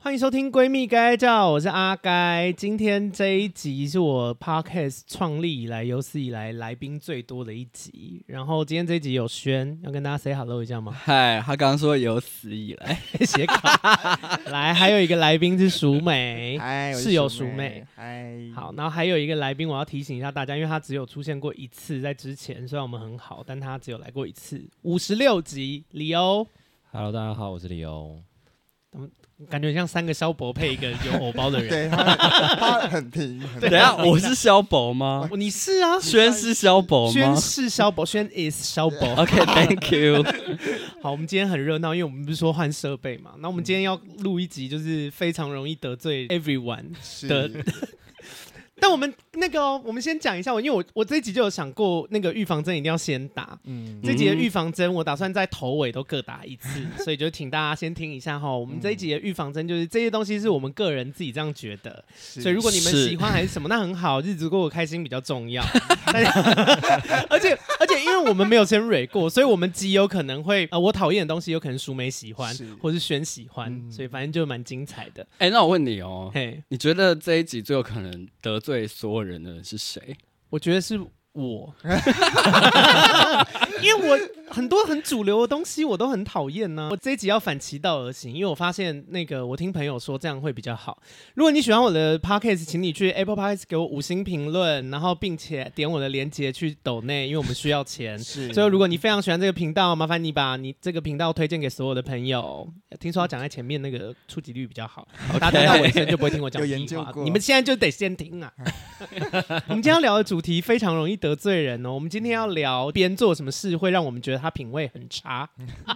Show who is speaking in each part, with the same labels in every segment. Speaker 1: 欢迎收听《闺蜜该叫》，我是阿该。今天这一集是我 podcast 创立以来有史以来来宾最多的一集。然后今天这一集有轩，要跟大家 say hello 一下吗？
Speaker 2: 嗨，哎他刚说有史以来，
Speaker 1: 写 稿。来，还有一个来宾是淑美。
Speaker 3: 嗨，
Speaker 1: 室友
Speaker 3: 淑
Speaker 1: 淑妹，
Speaker 3: 嗨，
Speaker 1: 好，然后还有一个来宾，我要提醒一下大家，因为他只有出现过一次，在之前虽然我们很好，但他只有来过一次，五十六集，李欧，
Speaker 4: Hello，大家好，我是李欧。
Speaker 1: 感觉很像三个萧伯配一个有偶包的人。
Speaker 3: 对他很他很平，很
Speaker 2: 等一下我是肖博吗？
Speaker 1: 哦你是啊，
Speaker 2: 轩是肖博
Speaker 1: 轩
Speaker 2: 吗啊
Speaker 1: 是萧伯，轩 is 萧伯。
Speaker 2: ？OK，Thank、you。
Speaker 1: 好，我们今天很热闹，因为我们不是说换设备嘛，那我们今天要录一集，就是非常容易得罪 everyone。
Speaker 3: 是
Speaker 1: 的但我们那个、哦，我们先讲一下，我因为我我这一集就有想过，那个预防针一定要先打。
Speaker 3: 嗯，
Speaker 1: 这集的预防针，我打算在头尾都各打一次，所以就请大家先听一下哈。我们这一集的预防针就是这些东西是我们个人自己这样觉得，所
Speaker 3: 所
Speaker 1: 以如果你们
Speaker 2: 是
Speaker 1: 喜欢还是什么，那很好，日子过得开心比较重要。 但是而且而且，因为我们没有先蕊过，所以我们极有可能会呃，我讨厌的东西有可能淑梅喜欢
Speaker 3: 是，
Speaker 1: 或是轩喜欢，
Speaker 3: 嗯
Speaker 1: 所以反正就蛮精彩的。
Speaker 2: 哎、那我问你哦，
Speaker 1: 嘿，
Speaker 2: 你觉得这一集最有可能得罪所有人的人是谁？
Speaker 1: 我觉得是我， 因为我很多很主流的东西我都很讨厌呢。我这一集要反其道而行，因为我发现那个我听朋友说这样会比较好。如果你喜欢我的 podcast，请你去 Apple Podcast 给我五星评论，然后并且点我的链接去抖内，因为我们需要钱。
Speaker 3: 是
Speaker 1: 所以，如果你非常喜欢这个频道，麻烦你把你这个频道推荐给所有的朋友。听说要讲在前面那个触及率比较好大家听到尾声就不会听我 讲
Speaker 3: 有
Speaker 1: 屁
Speaker 3: 研究
Speaker 1: 话
Speaker 3: 过
Speaker 1: 你们现在就得先听 啊。我们今天要聊的主题非常容易得罪人哦。我们今天要聊别人做什么事会让我们觉得他品味很 差，好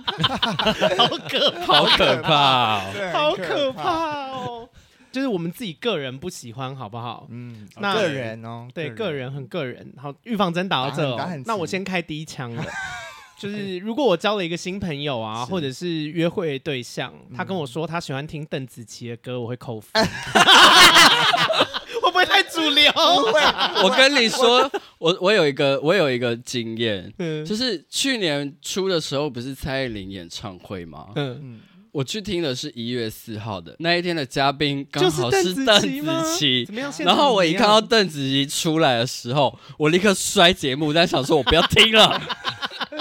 Speaker 1: 可
Speaker 2: 好可怕、哦！
Speaker 3: 对
Speaker 1: 好
Speaker 3: 很
Speaker 1: 可，怕哦。 就是我们自己个人不喜欢，好不好？
Speaker 3: 嗯，
Speaker 1: 那
Speaker 3: 个人哦，
Speaker 1: 对，个人很个人。好，预防针打到
Speaker 3: 打
Speaker 1: 这
Speaker 3: 很
Speaker 1: 哦、
Speaker 3: 打很
Speaker 1: 那
Speaker 3: 齐
Speaker 1: 我先开第一枪 了。就是如果我交了一个新朋友啊，
Speaker 3: 是
Speaker 1: 或者是约会对象，他
Speaker 2: 嗯
Speaker 1: 跟我说他喜欢听邓紫棋的歌，我会 扣分。会不会太主流？
Speaker 2: 我跟你说，我我有一个我有一个经验，
Speaker 1: 嗯
Speaker 2: 就是去年初的时候不是蔡依林演唱会吗？
Speaker 1: 嗯，
Speaker 3: 嗯，
Speaker 2: 我去听的是一月四号的那一天的嘉宾刚好
Speaker 1: 就是
Speaker 2: 是
Speaker 1: 邓
Speaker 2: 邓
Speaker 1: 紫棋吗
Speaker 2: 紫棋
Speaker 1: 怎。么样？现
Speaker 2: 嗯然
Speaker 1: 场
Speaker 2: 后我一
Speaker 1: 怎么
Speaker 2: 看
Speaker 1: 样
Speaker 2: 到邓紫棋出来的时候，我立刻摔节目，但想说我不要听了。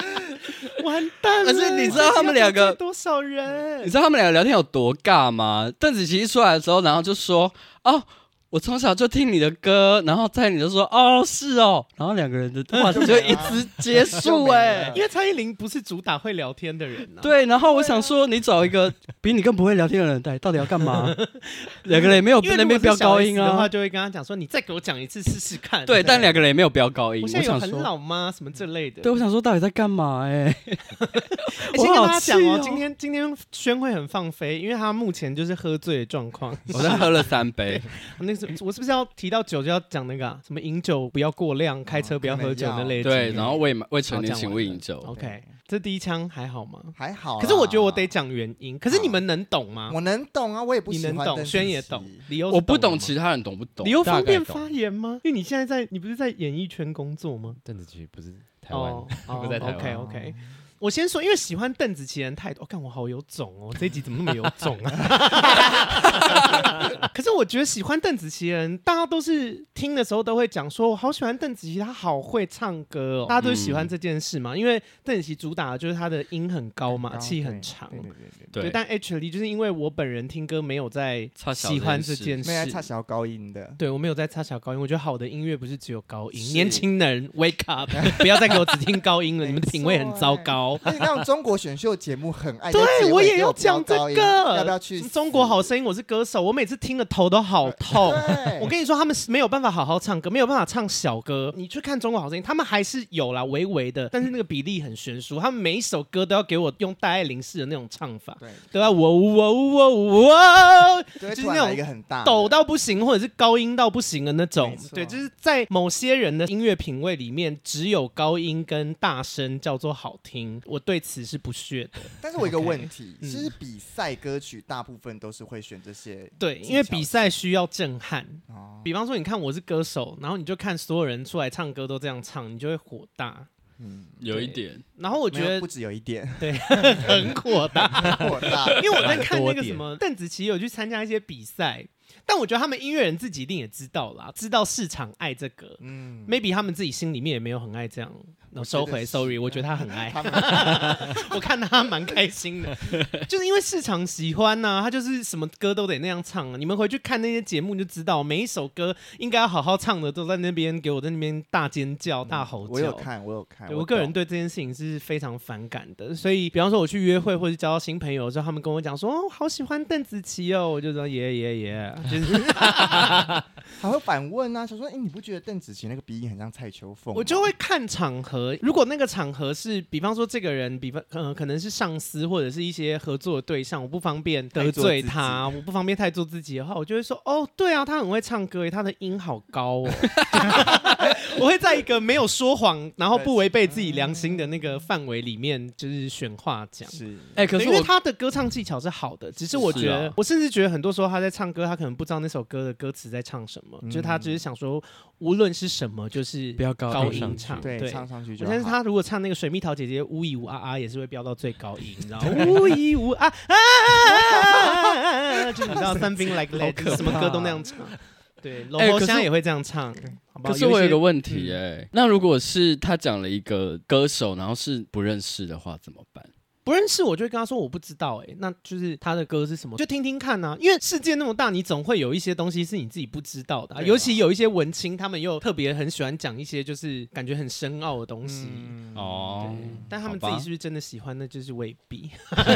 Speaker 1: 完蛋了，
Speaker 2: 可是你知道他们两
Speaker 1: 这集
Speaker 2: 个
Speaker 1: 要得罪多少人？
Speaker 2: 你知道他们俩聊天有多尬吗？邓紫棋一出来的时候，然后就说：“哦，我从小就听你的歌。”然后蔡依林就说：“哦，是哦。”然后两个人的话题就一直结束、哎
Speaker 3: 就没了，
Speaker 1: 因为蔡依林不是主打会聊天的人啊。
Speaker 2: 对。然后我想说，你找一个比你更不会聊天的人来，到底要 干嘛？两个人也没有
Speaker 1: 因为
Speaker 2: 哦那
Speaker 1: 如果
Speaker 2: 边
Speaker 1: 是
Speaker 2: 飙高音
Speaker 1: 小 S 的话，
Speaker 2: 啊。
Speaker 1: 就会跟他讲说：“你再给我讲一次试试看。”
Speaker 2: 对，但两个人也没有飙高音。
Speaker 1: 我
Speaker 2: 我
Speaker 1: 现在有
Speaker 2: 想
Speaker 1: 很
Speaker 2: 说，
Speaker 1: 老吗？什么这类的？
Speaker 2: 对，我想说到底在干嘛、 哎，
Speaker 1: 欸先跟
Speaker 2: 我
Speaker 1: 大家
Speaker 2: 好
Speaker 1: 讲哦，
Speaker 2: 气哦
Speaker 1: 今天今天轩会很放飞，因为他目前就是喝醉的状况。
Speaker 2: 我在喝了三杯，
Speaker 1: 那是我是不是要提到酒就要讲那个啊、什么饮酒不要过量，开车不要喝酒那类的经
Speaker 2: 对，
Speaker 1: 验？
Speaker 2: 然后未满未成
Speaker 1: 好
Speaker 2: 年
Speaker 1: 讲完
Speaker 2: 请勿饮酒。
Speaker 1: OK，这第一枪还好吗？
Speaker 3: 还好啦。
Speaker 1: 可是我觉得我得讲原因，可是你们能懂吗？
Speaker 3: 我能懂啊，我也不
Speaker 1: 你
Speaker 3: 喜
Speaker 1: 能
Speaker 3: 欢
Speaker 1: 懂，
Speaker 3: 邓紫棋
Speaker 1: 轩也懂，理由
Speaker 2: 我不懂
Speaker 1: 其
Speaker 2: 其他人懂不懂，
Speaker 1: 理由
Speaker 2: 大
Speaker 1: 方
Speaker 2: 概
Speaker 1: 便
Speaker 2: 懂
Speaker 1: 发言吗？因为你现在在，你不是在演艺圈工作吗？
Speaker 4: 邓紫棋不是台湾，
Speaker 1: 哦
Speaker 4: 不在台湾
Speaker 1: OK OK，我先说，因为喜欢邓紫棋的人太多，我、看我好有种哦，这一集怎么那么有种啊？ 可是我觉得喜欢邓紫棋的人，大家都是听的时候都会讲说，我好喜欢邓紫棋，她好会唱歌哦，大家都喜欢这件事嘛，因为邓紫棋主打的就是她的音很高嘛，
Speaker 3: 高
Speaker 1: 啊气很
Speaker 3: 哦对
Speaker 1: 长。
Speaker 3: 对对对对
Speaker 2: 对，
Speaker 1: 但 actually 就是因为我本人听歌没有在
Speaker 2: 差小
Speaker 1: 喜欢
Speaker 2: 这
Speaker 1: 这
Speaker 2: 件
Speaker 1: 件
Speaker 3: 没有在
Speaker 1: 事
Speaker 3: 差，小高音的，
Speaker 1: 对我没有在擦小高音，我觉得好的音乐不是只有高音。
Speaker 2: 是
Speaker 1: 年轻人，wake up，不 要再给我只听高音了，你们的品味很糟糕。
Speaker 3: 而且那种中国选秀节目很爱在结尾
Speaker 1: 对，
Speaker 3: 给
Speaker 1: 我
Speaker 3: 我
Speaker 1: 也要
Speaker 3: 飙
Speaker 1: 讲这
Speaker 3: 高音
Speaker 1: 个。
Speaker 3: 要不要去
Speaker 1: 什么
Speaker 3: 死
Speaker 1: 中国好声音？我是歌手，我每次听的头都好痛。
Speaker 3: 对
Speaker 1: 我跟你说，他们是没有办法好好唱歌，没有办法唱小歌。你去看《中国好声音》，他们还是有啦，微微的，但是那个比例很悬殊。他们每一首歌都要给我用戴爱玲式的那种唱 法，
Speaker 3: 对，
Speaker 1: 都要我我我我，
Speaker 3: 就会
Speaker 1: 就是
Speaker 3: 突然
Speaker 1: 那
Speaker 3: 来
Speaker 1: 种
Speaker 3: 一个很大的
Speaker 1: 抖到不行，或者是高音到不行的那种
Speaker 3: 啊没。错
Speaker 1: 对，就是在某些人的音乐品味里面，只有高音跟大声叫做好听。我对此是不屑 的。
Speaker 3: 但是我有一个
Speaker 1: OK，
Speaker 3: 问题，
Speaker 1: 嗯
Speaker 3: 其实比赛歌曲大部分都是会选这些
Speaker 1: 对，
Speaker 3: 技
Speaker 1: 因为
Speaker 3: 巧
Speaker 1: 比赛需要震撼。
Speaker 3: 哦，
Speaker 1: 比方说，你看我是歌手，然后你就看所有人出来唱歌都这样唱，你就会火大。
Speaker 3: 嗯，
Speaker 2: 有一点，
Speaker 1: 然后我
Speaker 3: 我
Speaker 1: 觉得
Speaker 3: 不止有一点，
Speaker 1: 对很火大，
Speaker 3: 我大
Speaker 1: 因为我在看那
Speaker 4: 蛮
Speaker 1: 个
Speaker 4: 多
Speaker 1: 什
Speaker 4: 点
Speaker 1: 么邓紫棋有去参加一些比赛，但我觉得他们音乐人自己一定也知道啦，知道市场爱这个
Speaker 3: 嗯，
Speaker 1: ，maybe 他们自己心里面也没有很爱这样。我
Speaker 3: 我
Speaker 1: 收
Speaker 3: 觉得
Speaker 1: 回
Speaker 3: 是
Speaker 1: ，sorry，我觉得他很爱，
Speaker 3: 他们
Speaker 1: 我看他蛮开心 的，就是因为市场喜欢呐、他就是什么歌都得那样唱啊。你们回去看那些节目就知道，每一首歌应该要好好唱的，都在那边给我在那边大尖叫、大吼叫。
Speaker 3: 嗯我有看，哎我有看，
Speaker 1: 对我个人
Speaker 3: 懂
Speaker 1: 对这件事情是非常反感的，所以比方说我去约会或者交到新朋友的时候，他们跟我讲说哦，好喜欢邓紫棋哦，我就说耶耶耶，就是
Speaker 3: 还会反问啊，想说，哎，你不觉得邓紫棋那个鼻音很像蔡秋凤吗？
Speaker 1: 我就会看场合。如果那个场合是比方说这个人，比方呃可能是上司或者是一些合作的对象，我不方便得罪他，我不方便太做自己的话，我就会说哦，对啊，他很会唱歌耶，他的音好高哦。 我会在一个没有说谎，然后不违背自己良心的那个范围里面，就是选话讲。
Speaker 3: 是，
Speaker 2: 哎，可
Speaker 1: 对
Speaker 2: 是
Speaker 1: 因为
Speaker 2: 我
Speaker 1: 他的歌唱技巧是好的，只是我觉得，
Speaker 2: 是啊
Speaker 1: 我甚至觉得很多时候他在唱歌，他可能不知道那首歌的歌词在唱什么，
Speaker 3: 嗯
Speaker 1: 就是他只是想说，无论是什么，就是
Speaker 2: 不要高
Speaker 1: 高
Speaker 2: 音上
Speaker 1: 音
Speaker 2: 去
Speaker 1: 唱。
Speaker 3: 对，唱上去就
Speaker 1: 但是
Speaker 3: 好
Speaker 1: 他如果唱那个水蜜桃姐姐呜咿呜啊啊，也是会飙到最高音，你知道吗？呜咿呜啊啊啊啊啊啊，就你知道 something like that，就是什么歌都那样唱。对，龙
Speaker 2: 哎
Speaker 1: 头
Speaker 2: 可是
Speaker 1: 香也会这样唱，好不好？
Speaker 2: 可是我有
Speaker 1: 一
Speaker 2: 一
Speaker 1: 些
Speaker 2: 个问题哎、那如果是他讲了一个歌手，然后是不认识的话怎么办？
Speaker 1: 不认识，我就会跟他说我不知道、欸，那就是他的歌是什么，就听听看呐、因为世界那么大，你总会有一些东西是你自己不知道的啊、
Speaker 3: 对啊
Speaker 1: 尤其有一些文青，他们又特别很喜欢讲一些就是感觉很深奥的东西。
Speaker 3: 嗯
Speaker 2: 哦，
Speaker 1: 但他们自
Speaker 2: 好
Speaker 1: 己
Speaker 2: 吧
Speaker 1: 是不是真的喜欢，那就是未必。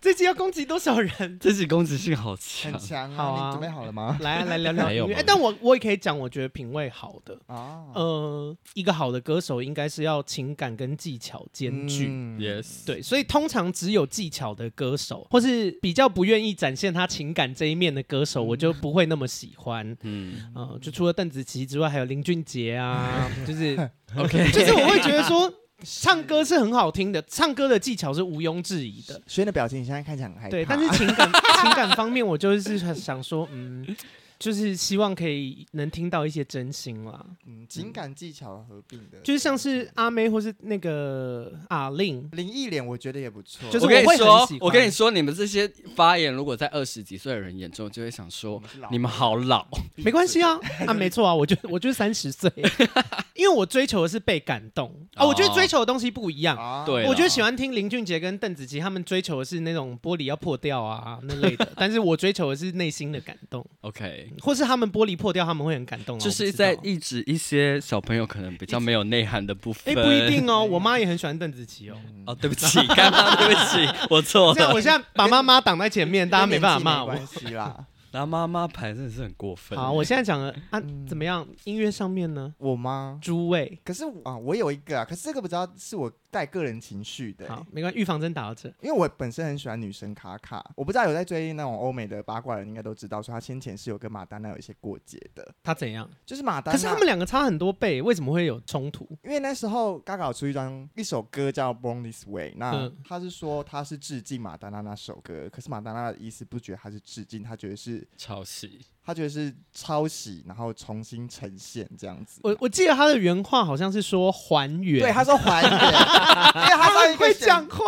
Speaker 1: 这集要攻击多少人？
Speaker 2: 自己攻击性好
Speaker 3: 很
Speaker 2: 强，
Speaker 3: 强
Speaker 1: 好啊
Speaker 3: 啊，你准备好了吗？
Speaker 1: 来啊，来聊聊
Speaker 4: 没
Speaker 1: 音
Speaker 4: 有
Speaker 1: 乐。哎、
Speaker 4: 没有
Speaker 1: 但我我也可以讲，我觉得品味好的，
Speaker 3: 啊，
Speaker 1: 呃，一个好的歌手应该是要情感跟技巧兼具。
Speaker 3: 嗯
Speaker 2: yes，
Speaker 1: 对，所以通常只有技巧的歌手，或是比较不愿意展现他情感这一面的歌手，我就
Speaker 3: 嗯
Speaker 1: 不会那么喜欢。
Speaker 2: 嗯
Speaker 1: 呃，就除了邓紫棋之外，还有林俊杰 啊，就是
Speaker 2: ，OK，
Speaker 1: 就是我会觉得说，唱歌是很好听的，唱歌的技巧是毋庸置疑的。
Speaker 3: 轩的表情，你现在看起来很害怕。
Speaker 1: 对，但是情感 情感方面，我就是很想说，嗯，就是希望可以能听到一些真心啦，
Speaker 3: 嗯，情感技巧合并的，
Speaker 1: 就是像是阿妹或是那个阿令，
Speaker 3: 林忆莲，我觉得也不错。
Speaker 1: 就是
Speaker 2: 我跟
Speaker 1: 我会
Speaker 2: 你
Speaker 1: 很
Speaker 2: 说
Speaker 1: 喜，
Speaker 2: 我跟
Speaker 1: 欢
Speaker 2: 你说，你们这些发言，如果在二十几岁的人眼中，就会想说你们好老，
Speaker 1: 没关系啊， 啊，没错啊，我就我就是三十岁，因为我追求的是被感动啊，
Speaker 2: 哦
Speaker 1: 我觉得追求的东西不一样。
Speaker 3: 啊
Speaker 2: 对啦
Speaker 1: 我觉得喜欢听林俊杰跟邓紫棋，他们追求的是那种玻璃要破掉啊那类 的，但是我追求的是内心的感动，
Speaker 2: ，OK，
Speaker 1: 或是他们玻璃破掉，他们会很感动啊、
Speaker 2: 就是
Speaker 1: 我不知
Speaker 2: 在
Speaker 1: 道
Speaker 2: 抑制一些小朋友可能比较没有内涵的部
Speaker 1: 哎、
Speaker 2: 分。嗯
Speaker 1: 不一定哦，我妈也很喜欢邓紫棋 哦。
Speaker 2: 哦，对不起，刚刚对不起，我错
Speaker 1: 这样
Speaker 2: 了。
Speaker 1: 我现在把妈妈挡在前 面，大家没办法骂
Speaker 3: 跟
Speaker 1: 我
Speaker 3: 年。纪没关系啦。
Speaker 2: 拿妈妈牌真的是很过分。
Speaker 1: 好，我现在讲了啊，
Speaker 3: 嗯
Speaker 1: 怎么样？音乐上面呢？
Speaker 3: 我吗？
Speaker 1: 诸位，
Speaker 3: 可是我啊，我有一个啊，可是这个不知道是我带个人情绪的欸、
Speaker 1: 好，没关系，预防针打到这。
Speaker 3: 因为我本身很喜欢女神卡卡，我不知道有在追那种欧美的八卦人应该都知道，说她先前是有跟马丹娜有一些过节的，
Speaker 1: 他怎样？
Speaker 3: 就是马丹
Speaker 1: 可
Speaker 3: 娜。
Speaker 1: 是他们两个差很多倍，为什么会有冲突？
Speaker 3: 因为那时候嘎嘎有出一张一首歌叫《Born This Way》，那
Speaker 1: 嗯
Speaker 3: 他是说他是致敬马丹娜那首歌，可是马丹娜的意思不觉得他是致敬，他觉得是
Speaker 2: 抄袭，
Speaker 3: 他觉得是抄袭，然后重新呈现这样子。
Speaker 1: 我我记得他的原话好像是说还原，
Speaker 3: 对，他说还原， 因为他上一
Speaker 1: 会
Speaker 3: 个选
Speaker 1: 讲话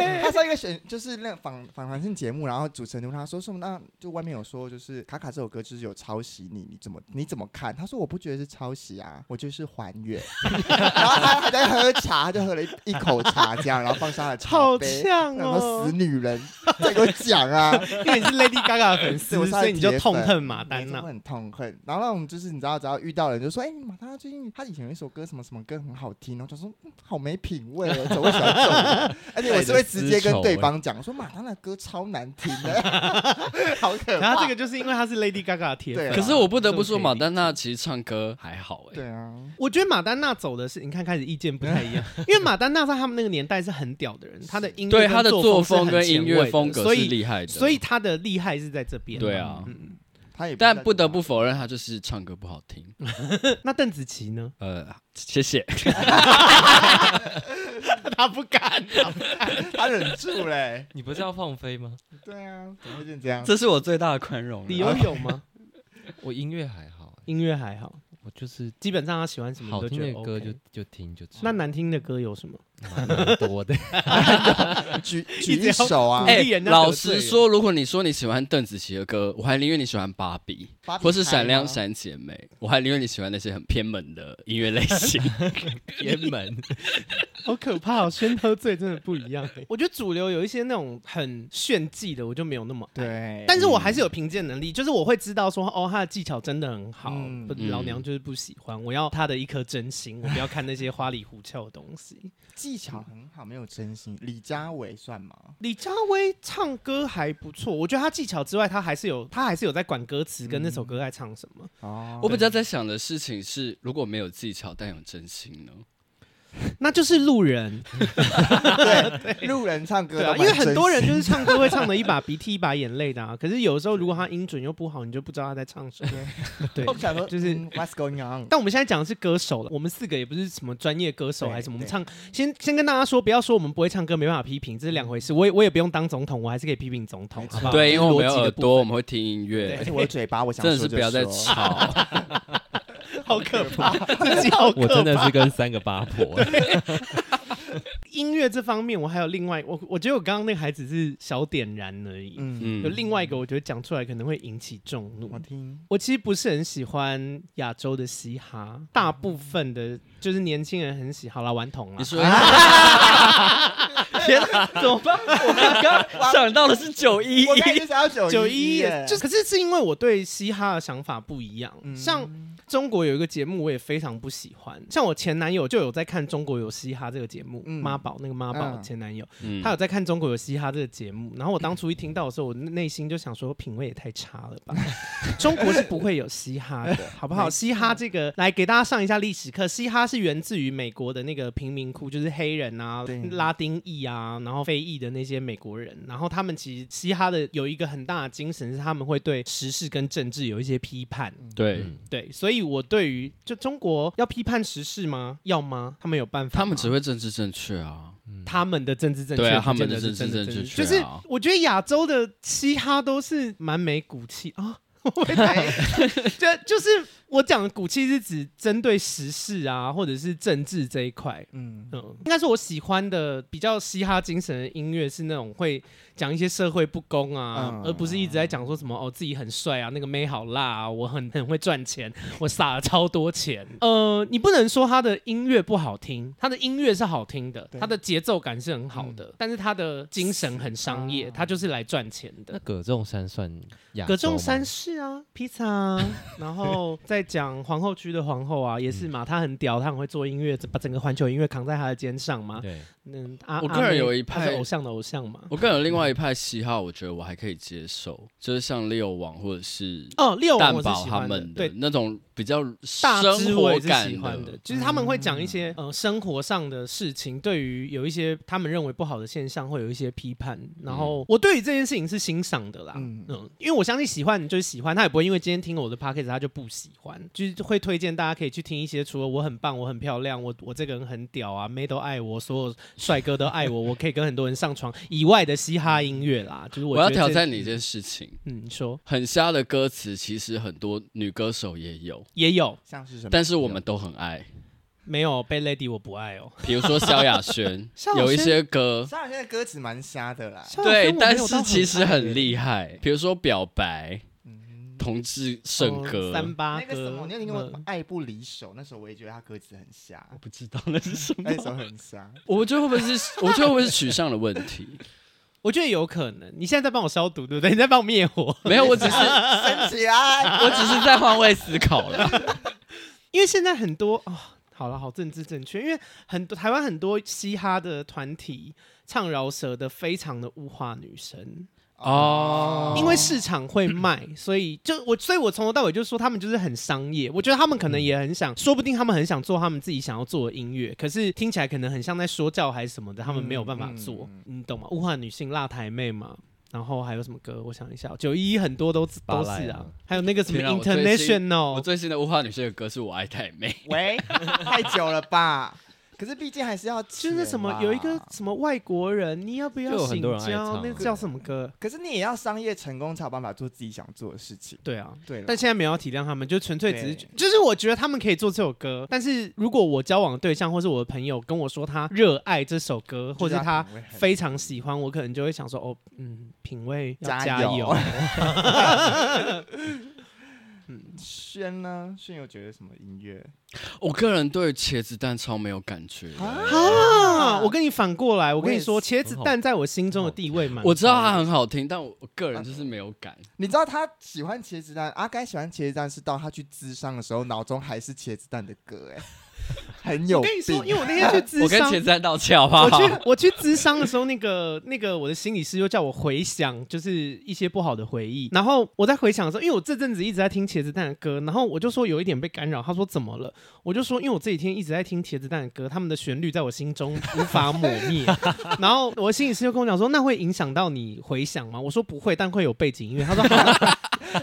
Speaker 1: 哎、
Speaker 3: 他上一个选就是那个访访谈性节目，然后主持人就问他说什么？那就外面有说，就是卡卡这首歌就是有抄袭你，你怎么你怎么看？他说我不觉得是抄袭啊，我觉得是还 原。然后他还在喝茶，他就喝了一一口茶这样，然后放下了茶
Speaker 1: 好
Speaker 3: 杯。
Speaker 1: 呛
Speaker 3: 然后
Speaker 1: 哦
Speaker 3: 死！女人，再给我讲啊！
Speaker 1: 因为你是 Lady Gaga 的粉丝，
Speaker 3: 对我是她的
Speaker 1: 所以你就
Speaker 3: 铁粉
Speaker 1: 痛恨马丹
Speaker 3: 真的
Speaker 1: 娜。
Speaker 3: 很痛恨。然后那种就是你知道，只要遇到人就说：“哎、马丹娜最近她以前有一首歌什么什么歌很好听。”然后就说：“嗯、好没品味哦，怎么会喜欢这种人？” 而且我是会直接跟对方讲说：“马丹娜歌超难听 的，好可怕。”
Speaker 1: 然后这个就是因为他是 Lady Gaga 的铁
Speaker 3: 对
Speaker 1: 粉，
Speaker 3: 啊
Speaker 2: 可是我不得不
Speaker 1: 这
Speaker 2: 说，
Speaker 1: 种可以
Speaker 2: 马丹娜其实唱歌还好哎。
Speaker 3: 对啊，
Speaker 1: 我觉得马丹娜走的是，你看开始意见不太一 样，因为马丹娜在他们那个年代是很屌的人，他的音乐
Speaker 2: 对
Speaker 1: 跟
Speaker 2: 他的
Speaker 1: 作
Speaker 2: 作风
Speaker 1: 是很
Speaker 2: 跟
Speaker 1: 前
Speaker 2: 音
Speaker 1: 卫
Speaker 2: 乐
Speaker 1: 的
Speaker 2: 风格
Speaker 1: 所
Speaker 2: 是
Speaker 1: 以
Speaker 2: 厉害的，
Speaker 1: 所以他的厉害是在这边。
Speaker 2: 对啊，
Speaker 1: 嗯，
Speaker 3: 他也
Speaker 2: 但
Speaker 3: 在
Speaker 2: 不得不否认，他就是唱歌不好听。
Speaker 1: 那邓紫棋 呢？
Speaker 2: 呃，谢谢。
Speaker 1: 他不 敢，
Speaker 3: 他忍住嘞。
Speaker 5: 你不是要放飞 吗？
Speaker 3: 对啊，怎么会变这样？
Speaker 2: 这是我最大的宽容了。
Speaker 1: 理由有吗？
Speaker 5: 我音乐还好欸、
Speaker 1: 音乐还好，
Speaker 4: 我就是
Speaker 1: 基本上他喜欢什么你
Speaker 4: 好
Speaker 1: 都
Speaker 4: 听
Speaker 1: 觉
Speaker 4: 的
Speaker 1: 得 OK。
Speaker 4: 歌就就听就吃，
Speaker 1: 那难听的歌有什么？
Speaker 4: 蛮 多的。
Speaker 3: 举
Speaker 1: 一
Speaker 3: 举
Speaker 1: 直
Speaker 3: 一
Speaker 1: 要
Speaker 3: 手啊
Speaker 1: 鼓，
Speaker 2: 哎、
Speaker 1: 励人家
Speaker 2: 老
Speaker 1: 得罪
Speaker 2: 实
Speaker 1: 人
Speaker 2: 说，如果你说你喜欢邓紫棋的歌，我还宁愿你喜欢芭比，
Speaker 3: 芭比
Speaker 2: 或是
Speaker 3: 开
Speaker 2: 闪亮
Speaker 3: 吗
Speaker 2: 闪姐妹，我还宁愿你喜欢那些很偏门的音乐 类型。
Speaker 4: 偏门，
Speaker 1: 好可怕、哦！先喝醉真的不一样、 我觉得主流有一些那种很炫技的，我就没有那么爱。
Speaker 3: 对，
Speaker 1: 但是我还是有评鉴能
Speaker 4: 嗯
Speaker 1: 力，就是我会知道说，哦，他的技巧真的很好，
Speaker 3: 嗯
Speaker 1: 不老娘就是不喜欢，我要他的一颗真心，我不要看那些花里胡俏的东西。
Speaker 3: 技巧很好，没有真心。李佳薇算吗？
Speaker 1: 李佳薇唱歌还不错，我觉得她技巧之外，她还是有，她还是有在管歌词跟那首歌在唱什么。
Speaker 3: 哦
Speaker 2: 我比较在想的事情是，如果没有技巧但有真心呢？
Speaker 1: 那就是路人，
Speaker 3: 对，路人唱歌
Speaker 1: 对
Speaker 3: 都
Speaker 1: 啊，
Speaker 3: 蛮
Speaker 1: 因为很多人
Speaker 3: 真
Speaker 1: 就是唱歌会唱的一把鼻涕一把眼泪的啊。可是有时候如果他音准又不好，你就不知道他在唱什么。 对
Speaker 3: 心，我想说
Speaker 1: 就
Speaker 3: 就是是 What's going on？
Speaker 1: 但我们现在讲的是歌手了，我们四个也不是什么专业歌手还是什么，我
Speaker 3: 对
Speaker 1: 们唱先先跟大家说，不要说我们不会唱歌，没办法批评，这是两回事。我也我也不用当总统，我还是可以批评总统，
Speaker 3: 没
Speaker 1: 好
Speaker 3: 错
Speaker 1: 不好？
Speaker 2: 对，因为我们
Speaker 1: 这
Speaker 2: 有
Speaker 1: 是啊逻辑
Speaker 2: 耳
Speaker 1: 的部
Speaker 2: 朵，我们会听音
Speaker 3: 而
Speaker 2: 乐
Speaker 3: 且。我的嘴巴，我想
Speaker 2: 真的是
Speaker 3: 说就
Speaker 2: 不要再
Speaker 3: 说
Speaker 2: 吵，
Speaker 1: 分， 好可怕，自己好可
Speaker 4: 我真的
Speaker 1: 怕
Speaker 4: 是跟三个八 婆。
Speaker 1: 音乐这方面，我还有另外，我我觉得我刚刚那个还只是小点燃而已，
Speaker 3: 嗯，
Speaker 1: 有
Speaker 2: 嗯，
Speaker 1: 另外一个，我觉得讲出来可能会引起众怒
Speaker 3: 我。听
Speaker 1: 我其实不是很喜欢亚洲的嘻哈，大部分的就是年轻人很喜，好啦，顽童啦
Speaker 2: 你，说
Speaker 1: 啊
Speaker 2: 天啊，怎么办？我刚刚想到的是九 一
Speaker 3: 我刚才就想要九
Speaker 1: 九
Speaker 3: 一
Speaker 1: 一
Speaker 3: 耶
Speaker 1: 也，就可是是因为我对嘻哈的想法不一样，
Speaker 3: 嗯
Speaker 1: 像。中国有一个节目我也非常不喜欢，像我前男友就有在看中国有嘻哈这个节目，
Speaker 3: 嗯
Speaker 1: 妈宝那个妈宝
Speaker 3: 嗯
Speaker 1: 前男友，
Speaker 2: 嗯
Speaker 1: 他有在看中国有嘻哈这个节目，然后我当初一听到的时候，我内心就想说品味也太差了 吧，中国是不会有嘻哈的，好不好？
Speaker 3: 没错
Speaker 1: 嘻哈这个来给大家上一下历史课，嘻哈是源自于美国的那个贫民窟，就是黑人啊
Speaker 3: 对、
Speaker 1: 拉丁裔啊，然后非裔的那些美国人，然后他们其实嘻哈的有一个很大的精神是他们会对时事跟政治有一些批判，
Speaker 2: 对
Speaker 4: 嗯
Speaker 1: 对，所以我对于就中国要批判时事吗？要吗？他们有办法吗？
Speaker 2: 他们只会政治正确啊，
Speaker 1: 他们的政治正确，
Speaker 2: 对啊
Speaker 1: 不见
Speaker 2: 他们的
Speaker 1: 得是
Speaker 2: 政治
Speaker 1: 真的
Speaker 2: 正
Speaker 1: 正
Speaker 2: 确
Speaker 1: 就是
Speaker 2: 啊
Speaker 1: 我觉得亚洲的嘻哈都是蛮没骨气
Speaker 2: 哦
Speaker 1: 啊。 就就是我讲的骨气是指针对时事啊，或者是政治这一块。
Speaker 3: 嗯，
Speaker 1: 嗯，应该是我喜欢的比较嘻哈精神的音乐是那种会讲一些社会不公啊，
Speaker 3: 嗯
Speaker 1: 而不是一直在讲说什么哦自己很帅啊，那个妹好辣啊，我很很会赚钱， 我撒了超多钱。呃，你不能说他的音乐不好听，他的音乐是好听的，
Speaker 3: 对
Speaker 1: 他的节奏感是很好的，但是他的精神很商业，
Speaker 3: 啊
Speaker 1: 他嗯就是来赚钱
Speaker 4: 那
Speaker 1: 的。
Speaker 4: 葛仲山算亚洲吗
Speaker 1: 葛仲山是啊，披萨 啊，然后再讲皇后区的皇后啊，也是
Speaker 4: 嗯
Speaker 1: 嘛，她很屌，她很会做音乐，把整个环球音乐扛在她的肩上嘛。
Speaker 4: 对，
Speaker 1: 嗯，啊
Speaker 2: 我个人
Speaker 1: 阿妹
Speaker 2: 有一
Speaker 1: 她是
Speaker 2: 派
Speaker 1: 偶像的偶像嘛。
Speaker 2: 我个人有另外一派喜好，我觉得我还可以接受，就是像六王或者是
Speaker 1: 哦，六王
Speaker 2: 蛋
Speaker 1: 我是
Speaker 2: 堡
Speaker 1: 喜
Speaker 2: 他
Speaker 1: 欢的，
Speaker 2: 们
Speaker 1: 对。
Speaker 2: 那种比较
Speaker 1: 大
Speaker 2: 生
Speaker 1: 支我
Speaker 2: 活
Speaker 1: 也是喜
Speaker 2: 感嗯
Speaker 1: 欢的，就是他们会讲一些、呃生活上的事情，对于有一些他们认为不好的现象会有一些批判。然
Speaker 2: 嗯
Speaker 1: 后我对于这件事情是欣赏的啦，嗯
Speaker 3: 嗯
Speaker 1: 因为我相信喜欢就是喜欢，他也不会因为今天听了我的 p o c k e t 他就不喜欢，就是会推荐大家可以去听一些除了我很棒、我很漂亮、我我这个人很屌啊，妹都爱我，所有帅哥都爱我，我可以跟很多人上床以外的嘻哈音乐啦，就是我
Speaker 2: 我要
Speaker 1: 觉得
Speaker 2: 挑
Speaker 1: 这，
Speaker 2: 战你一件事情，
Speaker 1: 嗯，你说
Speaker 2: 很瞎的歌词，其实很多女歌手也有，
Speaker 1: 也有。
Speaker 3: 像是什么？
Speaker 2: 但是我们都很爱。
Speaker 1: 没有被 Lady 我不爱哦。
Speaker 2: 比如说萧亚轩
Speaker 1: 萧，亚轩
Speaker 2: 有一些歌，
Speaker 3: 上现在歌词蛮瞎的啦，
Speaker 2: 对，但是其实很厉害。比如说《表白》，同志圣歌，
Speaker 1: 哦三八
Speaker 3: 那个什么，
Speaker 1: 歌
Speaker 3: 你有听过
Speaker 1: 嗯
Speaker 3: 《爱不离手》？那时候我也觉得他歌词很瞎，
Speaker 2: 不知道那是什
Speaker 3: 那首 很瞎。
Speaker 2: 我觉得会不会是，我觉得会不会是取向的问题？
Speaker 1: 我觉得有可能。你现在在帮我消毒，对不对？你在帮我灭火。
Speaker 2: 没有，我 只是
Speaker 3: 升起来，
Speaker 2: 我只是在换位思考了。
Speaker 1: 因为现在很多啊、好了，好政治正确，因为很多台湾很多嘻哈的团体唱饶舌的非常的物化女生，
Speaker 2: 哦
Speaker 1: 因为市场会 卖，所以就我，所以我从头到尾就说他们就是很商业。我觉得他们可
Speaker 2: 嗯
Speaker 1: 能也很想，说不定他们很想做他们自己想要做的音乐，可是听起来可能很像在说教还是什么的，他们没
Speaker 2: 嗯
Speaker 1: 有办法做，你懂吗？物化女性、辣台妹嘛。然后还有什么歌？我想一下，九一很多都都
Speaker 4: 巴
Speaker 1: 是
Speaker 4: 莱
Speaker 1: 啊
Speaker 4: 啊，
Speaker 1: 还有那个什么
Speaker 2: 天啊我
Speaker 1: 哦 International，
Speaker 2: 最近我最新的物化女性的歌是我爱太妹，
Speaker 3: 喂，太久了吧？可是毕竟还是要
Speaker 1: 就
Speaker 3: 钱
Speaker 1: 是什么
Speaker 3: 嘛
Speaker 1: 有一个什么外国人，你要不要
Speaker 4: 就有很
Speaker 1: 醒
Speaker 4: 多人爱
Speaker 1: 交？
Speaker 2: 啊
Speaker 4: 唱
Speaker 1: 那个叫什么歌？
Speaker 3: 可是你也要商业成功才有办法做自己想做的事情。
Speaker 1: 对啊，
Speaker 3: 对啦，
Speaker 1: 但现在没有要体谅他们，就纯粹只是
Speaker 3: 对，
Speaker 1: 就是我觉得他们可以做这首歌，但是如果我交往的对象或是我的朋友跟我说他热爱这首歌，或
Speaker 3: 就是是要
Speaker 1: 他
Speaker 3: 品味很
Speaker 1: 非常喜欢，我可能就会想说，哦，嗯，品味要
Speaker 3: 加
Speaker 1: 加
Speaker 3: 油
Speaker 1: 油。嗯
Speaker 3: 轩呢？轩有觉得什么音乐？
Speaker 2: 我个人对茄子蛋超没有感觉的。
Speaker 1: 啊啊！我跟你反过来，我跟
Speaker 3: 我
Speaker 1: 你
Speaker 3: 也是
Speaker 1: 说，茄子
Speaker 4: 很好
Speaker 1: 蛋在我心中的地位蛮……
Speaker 2: 我知道啊它很好听，但我我个人就是没有感。
Speaker 3: 你知道他喜欢茄子蛋，阿该喜欢茄子蛋是到他去咨商的时候，脑中还是茄子蛋的歌，哎，很啊 有
Speaker 1: 我跟你说，因
Speaker 3: 病。
Speaker 1: 为我那天去 咨
Speaker 2: 我跟
Speaker 1: 商
Speaker 2: 茄，子蛋道歉好不好？
Speaker 1: 我 去我去咨商的时候，那个那个我的心理师又叫我回想，就是一些不好的回忆。然后我在回想的时候，因为我这阵子一直在听茄子蛋的歌，然后我就说有一点被干扰。他说怎么了？我就说因为我这几天一直在听茄子蛋的歌，他们的旋律在我心中无法抹 灭。然后我的心理师就跟我讲说，那会影响到你回想吗？我说不会，但会有背景音乐。他说好，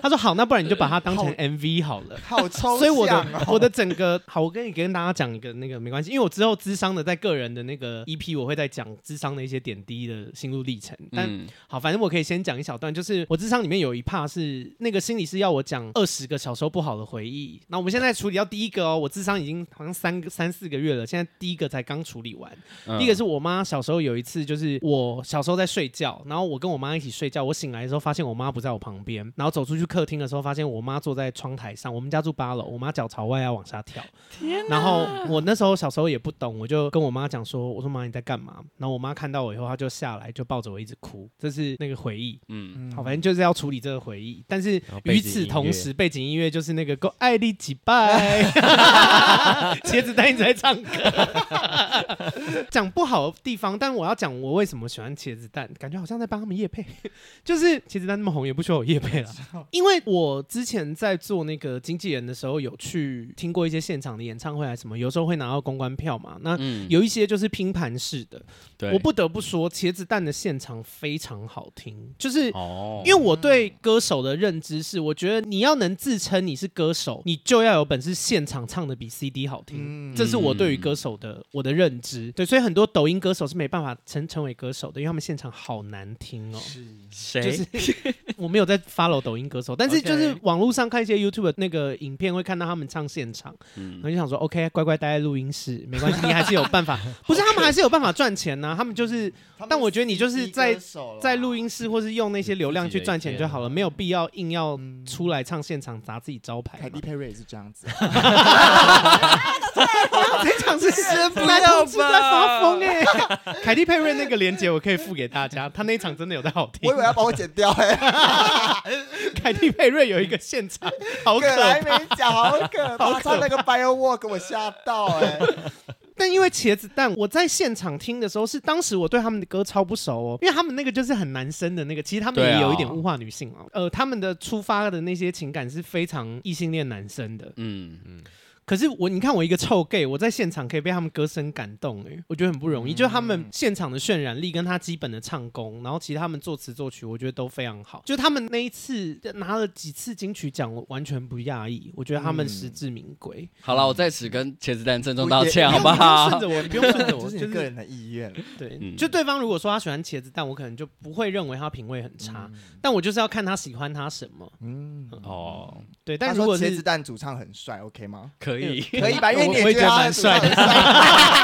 Speaker 1: 他说好， 那不然你就把它当成
Speaker 3: 好
Speaker 1: MV 好了。
Speaker 3: 好抽
Speaker 1: 所以我
Speaker 3: 象
Speaker 1: 的
Speaker 3: 哦！
Speaker 1: 我的整个好，我跟你跟大家讲一个那个没关系，因为我之后智商的在个人的那个 EP 我会再讲智商的一些点滴的心路历程。但、
Speaker 2: 嗯，
Speaker 1: 好，反正我可以先讲一小段，就是我智商里面有一 part 是那个心理师要我讲二十个小时候不好的回忆。那我们现在处理到第一个哦，我智商已经好像三个三四个月了，现在第一个才刚处理完。第一个
Speaker 2: 是
Speaker 1: 是我妈小时候有一次，就是我小时候在睡觉，然后我跟我妈一起睡觉，我醒来的时候发现我妈不在我旁边，然后走出去客厅的时候发现我妈坐在窗台上，我们家住八楼，我妈脚朝外要啊往下跳，然后我那时候小时候也不懂，我就跟我妈讲说，我说妈你在干嘛？然后我妈看到我以后，她就下来就抱着我一直哭，这是那个回忆。
Speaker 2: 嗯，
Speaker 1: 好，反正就是要处理这个回忆，但是
Speaker 4: 然后背
Speaker 1: 与
Speaker 4: 景
Speaker 1: 此
Speaker 4: 音
Speaker 1: 同
Speaker 4: 乐
Speaker 1: 时，背景音乐就是那个《够爱你几 拜》，茄子蛋一直在唱歌。 讲不好的地方，但我要讲我为什么喜欢茄子蛋，感觉好像在帮他们夜配。 就是茄子蛋那么红，也不需要我夜配 了，因为我之前在做那个经纪人的时候，有去听过一些现场的演唱会还是什么，有时候会拿到公关票嘛。那
Speaker 2: 嗯
Speaker 1: 有一些就是拼盘式的，
Speaker 2: 对，
Speaker 1: 我不得不说，茄子蛋的现场非常好听，就是
Speaker 4: 哦，
Speaker 1: 因为我对歌手的认知是，我觉得你要能自称你是歌手，你就要有本事现场唱的比 CD 好听。
Speaker 3: 嗯
Speaker 1: 这是我对于歌手的我的认知，对，所以很多抖音歌手是没办法成成为歌手的，因为他们现场好难听哦。
Speaker 2: 谁？
Speaker 1: 就是我没有在 follow 抖音歌手，但是
Speaker 3: OK
Speaker 1: 就是网络上看一些 YouTube 的那个影片，会看到他们唱现场，然后就想说 OK，乖乖待在录音室没关系，你还是有办法。不是他们还是有办法赚钱啊呢、他们就是但我觉得你就是在在录音室或是用那些流量去赚钱就好了，没有必要硬要出来唱现场砸自己招牌
Speaker 3: 凯
Speaker 1: 嘛
Speaker 3: 蒂。佩瑞也是这样子，
Speaker 1: 这场是师傅在发疯哎、 凯蒂佩瑞那个链接我可以付给大家，他那一场真的有在好听
Speaker 3: 我以。为要把我剪掉哎，
Speaker 1: 凯蒂佩瑞有一个现场，好可
Speaker 3: 葛莱
Speaker 1: 爱。
Speaker 3: 美奖好 可怕，他那个 firework 我吓到哎，
Speaker 1: 但因为茄子蛋，我在现场听的时候是当时我对他们的歌超不熟哦，因为他们那个就是很男生的那个，其实他们
Speaker 2: 对啊
Speaker 1: 也有一点物化女性哦。呃，他们的出发的那些情感是非常异性恋男生的，
Speaker 2: 嗯，
Speaker 1: 可是我，你看我一个臭 gay，我在现场可以被他们歌声感动、欸，我觉得很不
Speaker 2: 嗯
Speaker 1: 容易。就他们现场的渲染力跟他基本的唱功，然后其实他们作词作曲，我觉得都非常好。就他们那一次拿了几次金曲奖，我完全不讶异。我觉得他们实至名归。
Speaker 2: 好了，我在此跟茄子蛋郑重
Speaker 3: 我
Speaker 2: 道
Speaker 3: 也
Speaker 2: 歉，好
Speaker 1: 不要
Speaker 2: 嗯啊好
Speaker 1: 你？不用顺着我，你不用顺着
Speaker 3: 这
Speaker 1: 我，
Speaker 3: 是
Speaker 1: 就
Speaker 3: 你个
Speaker 1: 是
Speaker 3: 人的意愿，
Speaker 1: 对，
Speaker 2: 嗯
Speaker 1: 就对方如果说他喜欢茄子蛋，我可能就不会认为他品味很差，但我就是要看他喜欢他什么。
Speaker 3: 嗯。
Speaker 2: 哦，
Speaker 1: 对，但
Speaker 3: 他
Speaker 1: 如
Speaker 3: 说
Speaker 1: 果
Speaker 3: 茄子
Speaker 1: 是
Speaker 3: 蛋主唱很帅，OK 吗？
Speaker 2: 可以，
Speaker 1: 哎
Speaker 3: 可以吧？因为
Speaker 1: 我
Speaker 3: 你也
Speaker 1: 我也
Speaker 3: 觉
Speaker 1: 觉得
Speaker 3: 他
Speaker 1: 蛮
Speaker 3: 的主唱
Speaker 1: 帅
Speaker 3: 很帅，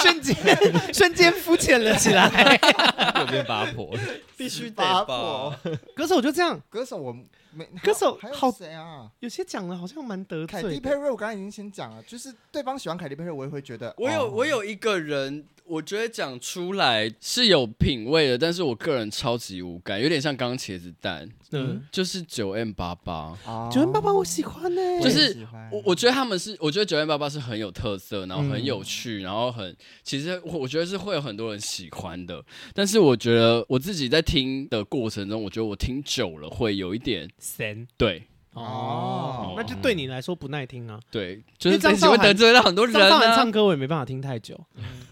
Speaker 1: 瞬间瞬间肤浅了起来，
Speaker 4: 又变八婆了，
Speaker 2: 必须
Speaker 3: 八 婆。
Speaker 1: 歌手就这样。
Speaker 3: 歌手我 没，还有
Speaker 1: 歌手
Speaker 3: 还
Speaker 1: 好
Speaker 3: 有谁啊？
Speaker 1: 有些讲了好像蛮得
Speaker 3: 凯
Speaker 1: 罪
Speaker 3: 蒂
Speaker 1: 的
Speaker 3: 佩，瑞，我刚刚已经先讲了，就是对方喜欢凯蒂佩瑞，我也会觉得
Speaker 2: 我有
Speaker 3: 哦
Speaker 2: 我有一个人，哦我觉得讲出来是有品味的，但是我个人超级无感，有点像刚茄子蛋，
Speaker 1: 嗯，
Speaker 2: 就是九 M 八八。
Speaker 3: 哦
Speaker 1: 九恩爸爸我喜欢呢、
Speaker 2: 就
Speaker 3: 我
Speaker 2: 是
Speaker 3: 也喜欢
Speaker 2: 我我觉得他们是，我觉得九 M 八八是很有特色，然后很有趣，然后很其实我我觉得是会有很多人喜欢的。但是我觉得我自己在听的过程中，我觉得我听久了会有一点
Speaker 1: 神
Speaker 2: 对
Speaker 1: 哦
Speaker 3: 哦，
Speaker 1: 那就对你来说不耐听啊。
Speaker 2: 对，就
Speaker 1: 因
Speaker 2: 是
Speaker 1: 为张
Speaker 2: 这些会
Speaker 1: 韶涵
Speaker 2: 得罪到很多人
Speaker 1: 张韶涵唱
Speaker 2: 啊。
Speaker 1: 歌我也没办法听太久，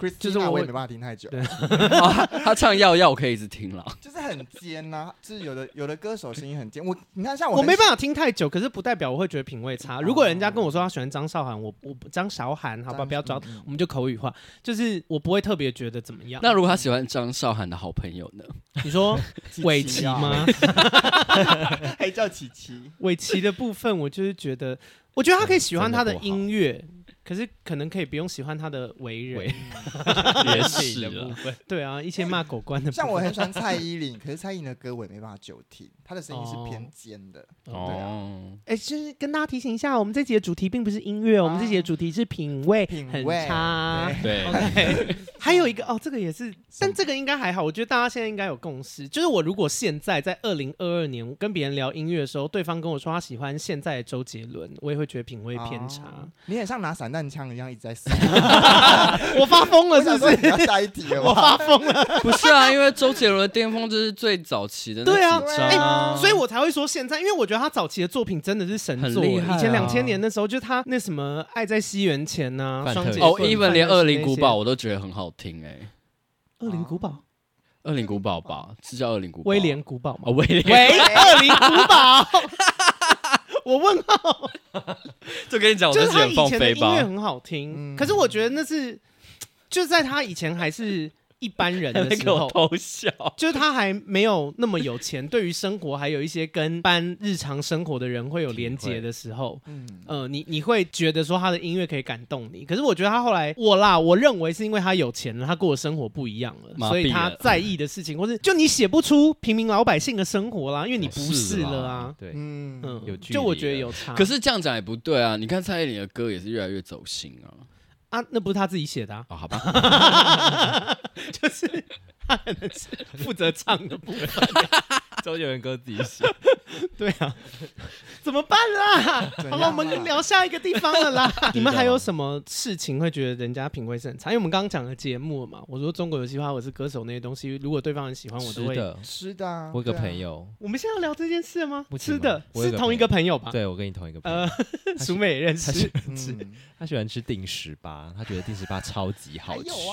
Speaker 3: Chris
Speaker 1: 就是我
Speaker 3: 我也
Speaker 1: 会
Speaker 3: 没办法听太久，
Speaker 1: 对
Speaker 2: 啊他唱要要，我可以一直听 了。
Speaker 3: 就是很尖呐、就是有的有的歌手声音很尖，我你看像我
Speaker 1: 我没
Speaker 3: 法，
Speaker 1: 办法听太久，可是不代表我会觉得品味差。如果人家跟我说他喜欢张韶涵，我我张韶涵，好吧，
Speaker 3: 张
Speaker 1: 不要抓，
Speaker 3: 嗯
Speaker 1: 我们就口语化，就是我不会特别觉得怎么样。
Speaker 2: 那如果他喜欢张韶涵的好朋友呢？
Speaker 1: 你说
Speaker 3: 琪
Speaker 1: 尾
Speaker 3: 琪
Speaker 1: 崎
Speaker 3: 啊
Speaker 1: 吗？
Speaker 3: 还叫琪琪，
Speaker 1: 尾崎的部分，我就是觉得，我觉得他可以喜欢他的
Speaker 2: 真的不好
Speaker 1: 音乐，可是可能可以不用喜欢他的为人
Speaker 4: 为。也是的部分，
Speaker 1: 对啊，一些骂狗官的部分，
Speaker 3: 像我很喜欢蔡依林，可是蔡依林的歌我也没办法久听，她的声音是
Speaker 1: 哦
Speaker 3: 偏尖的。对啊
Speaker 2: 哦，
Speaker 1: 哎、就是跟大家提醒一下，我们这集的主题并不是音乐，我们这集的主题是品味
Speaker 3: 品
Speaker 1: 很
Speaker 3: 味
Speaker 1: 差。
Speaker 2: 啊
Speaker 4: 对，
Speaker 1: OK，还有一个哦，这个也是，
Speaker 3: 什
Speaker 1: 但
Speaker 3: 么
Speaker 1: 这个应该还好，我觉得大家现在应该有共识。就是我如果现在在二零二二年跟别人聊音乐的时候，对方跟我说他喜欢现在的周杰伦，我也会觉得品味偏差。
Speaker 3: 哦你很像拿散弹枪一样一直 在射，
Speaker 1: 我发疯了
Speaker 3: 我
Speaker 1: 是不
Speaker 3: 想说你要
Speaker 1: 是？
Speaker 3: 下一题了
Speaker 1: 我
Speaker 3: 吧？
Speaker 1: 发疯了，
Speaker 2: 不是啊，因为周杰伦的巅峰就是最早期的那
Speaker 1: 对啊
Speaker 2: 几
Speaker 1: 哎
Speaker 2: 张啊，
Speaker 1: 所以我才会说现在，因为我觉得他早期的作品真的是神
Speaker 2: 很
Speaker 1: 作。
Speaker 2: 厉害啊
Speaker 1: 以前两千年的时候，就他那什么《爱在西元前》呐，《
Speaker 4: 范
Speaker 1: 双
Speaker 4: 特
Speaker 1: 截
Speaker 4: 西
Speaker 1: 棍
Speaker 2: 哦，even 连《恶灵古堡》
Speaker 1: 《
Speaker 2: 我都觉得很好听哎，
Speaker 1: 恶灵古堡》
Speaker 2: 《恶灵古堡》吧，是叫《恶灵古堡》？
Speaker 1: 威廉古堡吗
Speaker 2: 哦，？ 威廉，
Speaker 1: 喂，恶灵古堡， 我问号，
Speaker 2: 就跟你讲，我
Speaker 1: 就是
Speaker 2: 自己
Speaker 1: 他
Speaker 2: 很
Speaker 1: 以
Speaker 2: 放
Speaker 1: 前的
Speaker 2: 飞
Speaker 1: 音乐
Speaker 2: 吧。
Speaker 1: 很好听，
Speaker 3: 嗯
Speaker 1: 可是哦我觉得那是就在他以前还是一般人的
Speaker 2: 在
Speaker 1: 时
Speaker 2: 给我
Speaker 1: 候。
Speaker 2: 偷笑，
Speaker 1: 就是他还没有那么有钱，对于生活还有一些跟般日常生活的人会有连接的时 候，
Speaker 3: 嗯，
Speaker 1: 呃，你你会觉得说他的音乐可以感动你，可是我觉得他后来我啦，我认为是因为他有钱了，他过的生活不一样了，
Speaker 2: 麻痹
Speaker 1: 所以他
Speaker 2: 了
Speaker 1: 在意的事情，或是就你写不出平民老百姓的生活啦，因为你不 是了啊，
Speaker 4: 对，
Speaker 3: 嗯，
Speaker 1: 嗯，
Speaker 4: 有距离
Speaker 1: 就我觉得有差。
Speaker 2: 可是这样讲也不对啊！你看蔡依林的歌也是越来越走心啊。
Speaker 1: 啊，那不是他自己写 的、啊，
Speaker 2: 哦，好吧，
Speaker 1: 就是他可能是负责唱的部分。
Speaker 4: 周杰伦歌自己写，
Speaker 1: 对啊，怎么办啦？
Speaker 3: 怎
Speaker 1: 好
Speaker 3: 样啊
Speaker 1: 了，
Speaker 3: 啦
Speaker 1: 我们聊下一个地方了啦。你们还有什么事情会觉得人家品味是很差？因为我们刚刚讲了节目嘛，我说中国有嘻哈，我是歌手那些东西，如果对方很喜欢，我都
Speaker 4: 是
Speaker 1: 会。
Speaker 4: 的。
Speaker 3: 吃的啊。
Speaker 4: 我有个
Speaker 3: 对啊
Speaker 4: 朋，友，
Speaker 1: 我们现在要聊这件事吗？
Speaker 4: 不行
Speaker 1: 吃
Speaker 4: 吗
Speaker 1: 的
Speaker 4: 我有
Speaker 1: 是
Speaker 4: 个
Speaker 1: 同一个朋友吧？
Speaker 4: 对我跟你同一个朋友
Speaker 1: 呃，，
Speaker 4: 是
Speaker 1: 淑美也认识。
Speaker 3: 嗯，
Speaker 4: 他喜欢吃定食吧，他觉得定食吧超级好吃
Speaker 3: 还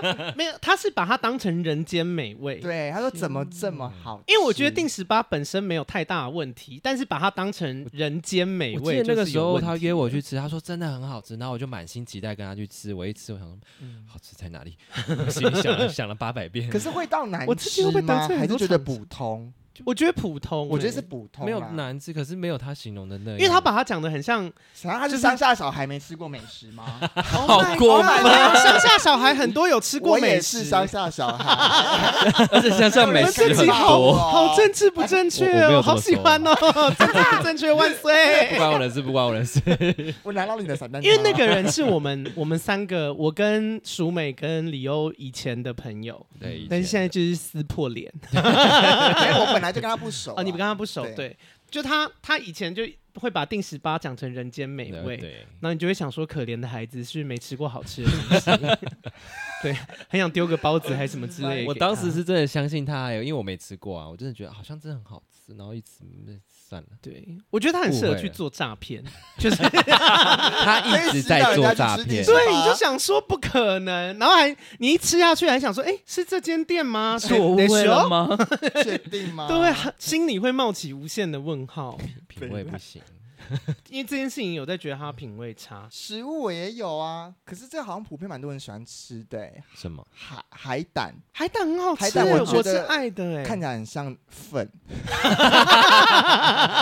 Speaker 3: 有啊，
Speaker 1: 没有，他是把它当成人间美味。
Speaker 3: 对，他说怎么这么好？
Speaker 1: 因为我觉得定十八本身没有太大的问题，但是把它当成人间美
Speaker 4: 我
Speaker 1: 味
Speaker 4: 记得
Speaker 1: 就是有问题，
Speaker 4: 那个时候他约我去吃，他说真的很好吃，然后我就满心期待跟他去吃。我一吃，我想说好吃在哪里？ 我心里想了想了八百遍。
Speaker 3: 可是会到难
Speaker 1: 我自己
Speaker 3: 吃
Speaker 1: 会不会得
Speaker 3: 吗？
Speaker 1: 罪很
Speaker 3: 还是
Speaker 1: 多
Speaker 3: 觉得
Speaker 1: 厂商
Speaker 3: 普通？
Speaker 1: 我觉得普通欸、
Speaker 3: 我觉得是普通啊，
Speaker 4: 没有难吃，可是没有他形容的那样。
Speaker 1: 因为他把它讲的很像，
Speaker 3: 啥？他
Speaker 1: 就是是
Speaker 3: 乡下小孩没吃过美食吗？
Speaker 1: 好
Speaker 2: 过分
Speaker 1: 哦乡下小孩很多有吃过
Speaker 3: 我
Speaker 1: 美
Speaker 3: 也
Speaker 1: 食，
Speaker 3: 是乡下小 孩，
Speaker 2: 而且现在
Speaker 1: 我
Speaker 2: 美
Speaker 1: 们这
Speaker 2: 食很
Speaker 1: 集好
Speaker 2: 多，
Speaker 1: 好政治不正确
Speaker 4: 哎我我没
Speaker 1: 哦，
Speaker 4: 有这么说
Speaker 1: 好喜欢哦，政治不正确万岁
Speaker 4: 不！关我的事，不关我 的事。
Speaker 3: 我拿到你的散弹
Speaker 1: 因
Speaker 3: 枪
Speaker 1: 为那
Speaker 3: 了，
Speaker 1: 个人是我们 我们三个，我跟淑美跟李欧以前的朋友，
Speaker 4: 对，以
Speaker 1: 但是
Speaker 4: 前
Speaker 1: 现在就是撕破脸。
Speaker 3: 因为我本来就跟他不熟
Speaker 1: 哦，你
Speaker 3: 啊
Speaker 1: 跟他不熟，对，
Speaker 3: 对
Speaker 1: 就他他以前就会把定十八讲成人间美味，
Speaker 4: 对，
Speaker 1: 然后你就会想说，可怜的孩子是不是没吃过好吃的东西， 对，很想丢个包子还是什么之类的。
Speaker 4: 我当时。是真的相信他，因为我没吃过啊，我真的觉得好像真的很好吃，然后一直嗯算了。
Speaker 1: 对，我觉得他很适合
Speaker 4: 误会
Speaker 1: 去
Speaker 4: 了
Speaker 1: 做诈骗，就是
Speaker 4: 啊他一直在做诈骗，
Speaker 3: 所以
Speaker 1: 对，你就想说不可能，然后还你一吃下去还想说，哎，是这间店吗？
Speaker 2: 是我误会了吗？
Speaker 3: 确定吗？
Speaker 1: 对，会心里会冒起无限的问号，
Speaker 4: 品味不行。
Speaker 1: 因为这件事情有在觉得他品味差。
Speaker 3: 食物我也有啊，可是这好像普遍蛮多人喜欢吃的欸、
Speaker 4: 什么？
Speaker 3: 海海胆
Speaker 1: 海胆很好吃
Speaker 3: 海
Speaker 1: 欸，
Speaker 3: 胆我觉
Speaker 1: 我是
Speaker 3: 得
Speaker 1: 爱的哎，
Speaker 3: 看起来很像粉，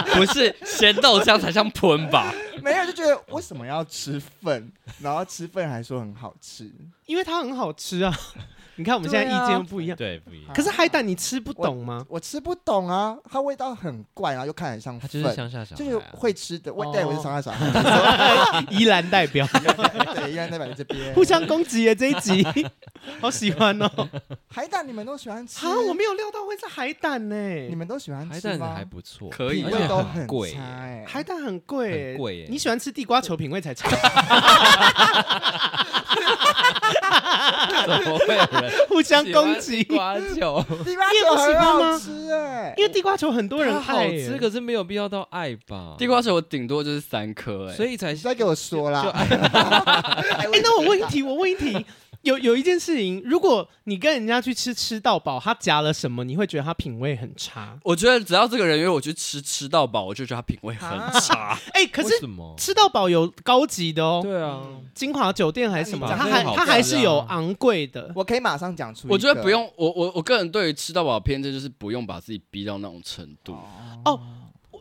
Speaker 2: 不是咸豆浆才像喷吧？
Speaker 3: 没有就觉得为什么要吃粉，然后吃粉还说很好吃，
Speaker 1: 欸因为它很好吃啊。 你看我们现在
Speaker 2: 对啊
Speaker 1: 意见又不一样，
Speaker 4: 对，不一样。
Speaker 1: 可是海胆你吃不懂吗？
Speaker 3: 我吃不懂啊，它味道很怪，然后又看起来像
Speaker 4: 他
Speaker 3: 粉，
Speaker 4: 就是乡下小
Speaker 3: 就是
Speaker 4: 孩啊，
Speaker 3: 会吃的，我
Speaker 1: 哦
Speaker 3: 对我是乡下小孩，
Speaker 1: 宜兰代表
Speaker 3: 对，依然代表在这边
Speaker 1: 互。相攻击耶，这一 集好喜欢哦！
Speaker 3: 海胆你们都喜欢吃
Speaker 1: 啊，我没有料到会是海胆呢，
Speaker 3: 你们都喜欢
Speaker 4: 海
Speaker 3: 吃
Speaker 4: 胆
Speaker 3: 吗？
Speaker 4: 还不错，
Speaker 2: 可以啊
Speaker 3: 品
Speaker 4: 而
Speaker 3: 味
Speaker 4: 且
Speaker 3: 都
Speaker 4: 很贵
Speaker 3: 差
Speaker 4: 耶。
Speaker 3: 哎、
Speaker 1: 海胆很贵耶，
Speaker 4: 很贵耶
Speaker 1: 你喜欢吃地瓜球品味才差。
Speaker 4: 怎么会有 人
Speaker 1: 互相
Speaker 4: 喜欢
Speaker 1: 攻击。
Speaker 4: 瓜球？
Speaker 3: 地瓜
Speaker 1: 你有
Speaker 3: 球
Speaker 1: 喜
Speaker 3: 很
Speaker 1: 欢
Speaker 3: 好
Speaker 1: 吗
Speaker 3: 吃哎，
Speaker 1: 因为地瓜球很多人
Speaker 4: 它好
Speaker 1: 爱耶
Speaker 4: 吃，可是没有必要到爱吧？
Speaker 2: 地瓜球我顶多就是三颗，哎，
Speaker 4: 所
Speaker 2: 以
Speaker 4: 以才
Speaker 3: 你再给我说啦
Speaker 4: 就。
Speaker 3: 哎
Speaker 1: 哎、那我问一题，我问一题，有有一件事情，如果你跟人家去吃吃到饱，他夹了什么，你会觉得他品味很差？
Speaker 2: 我觉得只要这个人约我去吃吃到饱，我就觉得他品味很
Speaker 3: 啊
Speaker 2: 差。
Speaker 1: 哎、可
Speaker 4: 为
Speaker 1: 是
Speaker 4: 什么？
Speaker 1: 吃到饱有高级的哦，
Speaker 4: 对啊，
Speaker 2: 嗯
Speaker 1: 金华酒店还是什么，
Speaker 3: 那你
Speaker 1: 它
Speaker 3: 讲
Speaker 1: 还
Speaker 4: 真的好
Speaker 1: 它还是有
Speaker 4: 吃啊
Speaker 1: 昂贵的。
Speaker 3: 我可以马上讲出一个，
Speaker 2: 我觉得不用，我我我个人对于吃到饱的偏见就是不用把自己逼到那种程度。
Speaker 1: 哦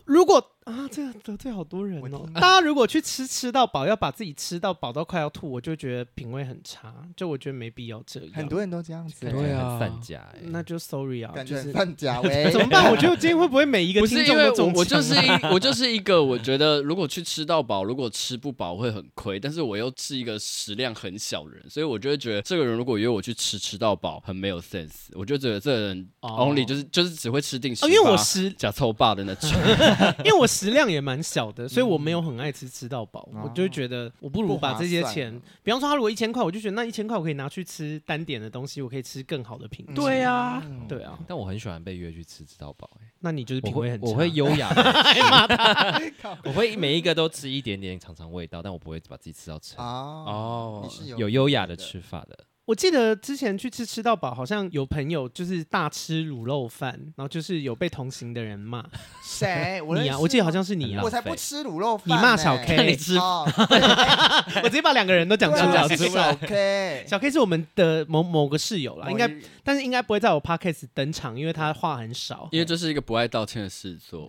Speaker 1: 如果啊，这样得罪好多人
Speaker 3: 我
Speaker 1: 哦
Speaker 3: 听。
Speaker 1: 大家如果去吃吃到饱，要把自己吃到饱到快要吐，我就觉得品味很差，就我觉得没必要这样。
Speaker 3: 很多人都这样子，
Speaker 4: 感觉
Speaker 2: 对啊
Speaker 4: 很散家哎。
Speaker 1: 那就 sorry 啊，
Speaker 3: 感
Speaker 1: 就
Speaker 3: 觉
Speaker 1: 是
Speaker 3: 很 范家威
Speaker 1: 怎么办？我觉得今天会不会每一个
Speaker 2: 不
Speaker 1: 听
Speaker 2: 是
Speaker 1: 众
Speaker 2: 因为
Speaker 1: 都
Speaker 2: 我
Speaker 1: 中
Speaker 2: 我就
Speaker 1: 枪
Speaker 2: 是
Speaker 1: 啊
Speaker 2: 一我就是一 个我觉得如果去吃到饱，如果吃不饱会很亏，但是我又是一个食量很小的人，所以我就会觉得这个人如果约我去吃吃到饱很没有 sense，我就觉得这个人
Speaker 1: 哦
Speaker 2: only 就是就是只会吃定食、
Speaker 1: 哦，因为我食
Speaker 2: 假臭霸的那 种，
Speaker 1: 因为我食量也蛮小的，所以我没有很爱吃吃到饱，
Speaker 3: 嗯
Speaker 1: 我就会觉得我不如
Speaker 3: 不
Speaker 1: 把
Speaker 3: 划
Speaker 1: 这些
Speaker 3: 算
Speaker 1: 钱
Speaker 3: 啊，
Speaker 1: 比方说他如果一千块，我就觉得那一千块我可以拿去吃单点的东西，我可以吃更好的品质。
Speaker 2: 对啊，
Speaker 3: 嗯
Speaker 1: 对啊，
Speaker 4: 但我很喜欢被约去吃吃到饱哎。
Speaker 1: 那你就是
Speaker 4: 我
Speaker 1: 品味
Speaker 4: 会
Speaker 1: 很差。
Speaker 4: 我会优雅， 我会每一个都吃一点点尝尝味道，但我不会把自己吃到撑。
Speaker 3: 啊，
Speaker 2: 哦
Speaker 3: 你，是
Speaker 4: 有优雅的吃法的，
Speaker 1: 我记得之前去吃吃到饱，好像有朋友就是大吃卤肉饭，然后就是有被同行的人骂
Speaker 3: 谁？我
Speaker 1: 你
Speaker 3: 认
Speaker 1: 啊，
Speaker 3: 识
Speaker 1: 我记得
Speaker 3: 吗
Speaker 1: 好像是你啊
Speaker 3: 我，才不吃卤肉饭
Speaker 1: 你
Speaker 3: 呢，
Speaker 1: 骂小 K，
Speaker 2: 看你吃
Speaker 3: 哦，
Speaker 1: 我直接把两个人都讲出
Speaker 3: 对
Speaker 1: 来
Speaker 3: 啊，
Speaker 2: 讲
Speaker 3: 是
Speaker 2: 出
Speaker 3: 小 K，
Speaker 1: 小 K 是我们的某某个室友啦，应该，
Speaker 3: 我
Speaker 1: 但是应该不会在我 podcast 登场，因为他话很 少。
Speaker 2: 因为这是一个不爱道歉的事做。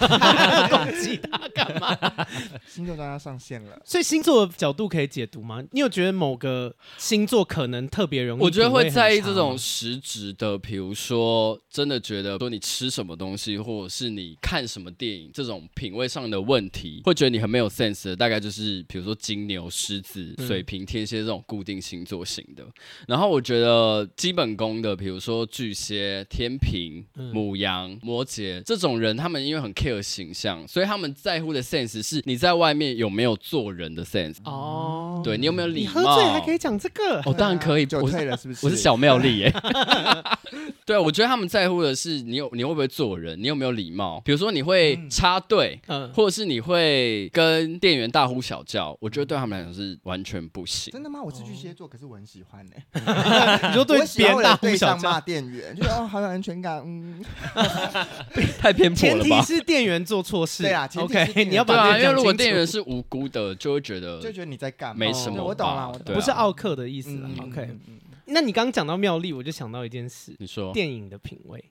Speaker 1: 攻击他干嘛？
Speaker 3: 星座专家上线了。
Speaker 1: 所以星座的角度可以解读吗？你有觉得某个星座可能特别容易？
Speaker 2: 我觉得
Speaker 1: 会
Speaker 2: 会在意这种实质的，比如说真的觉得说你吃什么东西，或者是你看什么电影这种品味上的问题，会觉得你很没有 sense 的，大概就是比如说金牛、狮子、
Speaker 1: 嗯
Speaker 2: 水瓶、天蝎这种固定星座型的。然后我觉得基本功的，比如说巨蟹、天平、
Speaker 1: 嗯
Speaker 2: 母羊、摩羯这种人，他们因为很 care 形象，所以他们在乎的 sense 是你在外面有没有做人的 sense，
Speaker 1: 哦。
Speaker 2: 对你有没有礼
Speaker 1: 你
Speaker 2: 貌？
Speaker 1: 喝醉还可以讲这个，
Speaker 2: 哦，当然可以，
Speaker 3: 酒
Speaker 2: 我是
Speaker 3: 啊退了是不是？
Speaker 2: 我是小妙丽耶。 对，啊我觉得他们在乎的是你有你会不会做人，你有没有礼貌。比如说你会插队，
Speaker 1: 嗯，
Speaker 2: 或者是你会跟店员大呼小叫，我觉得对他们来讲是完全不行。
Speaker 3: 真的吗？我是巨蟹座，可是我很 喜欢呢。
Speaker 1: 你说对
Speaker 3: 我喜
Speaker 1: 别
Speaker 3: 欢我
Speaker 1: 人大啊
Speaker 3: 的
Speaker 1: 呼
Speaker 3: 对
Speaker 1: 小
Speaker 3: 象
Speaker 1: 叫
Speaker 3: 骂，店员，就是哦，好有安全感，嗯，
Speaker 2: 太偏颇
Speaker 1: 前
Speaker 2: 了
Speaker 1: 提
Speaker 2: 吧？
Speaker 1: 是店员做错事。
Speaker 3: 对啊前提是店
Speaker 1: ，OK，
Speaker 3: 员
Speaker 1: 你要
Speaker 2: 对
Speaker 1: 把
Speaker 2: 啊，
Speaker 1: 这
Speaker 2: 因为
Speaker 1: 个
Speaker 2: 如果
Speaker 1: 讲清
Speaker 2: 店员
Speaker 1: 楚
Speaker 2: 是无辜的，就会觉得
Speaker 3: 就觉得你在干嘛？
Speaker 2: 没什么
Speaker 3: 对
Speaker 2: 吧。
Speaker 3: 我懂了，我懂
Speaker 2: 对啊
Speaker 1: 不是奥克的意思啦。
Speaker 3: 嗯
Speaker 1: OK，
Speaker 3: 嗯嗯嗯
Speaker 1: 那你刚刚讲到妙丽，我就想到一件事。
Speaker 2: 你说，
Speaker 1: 电影的品味，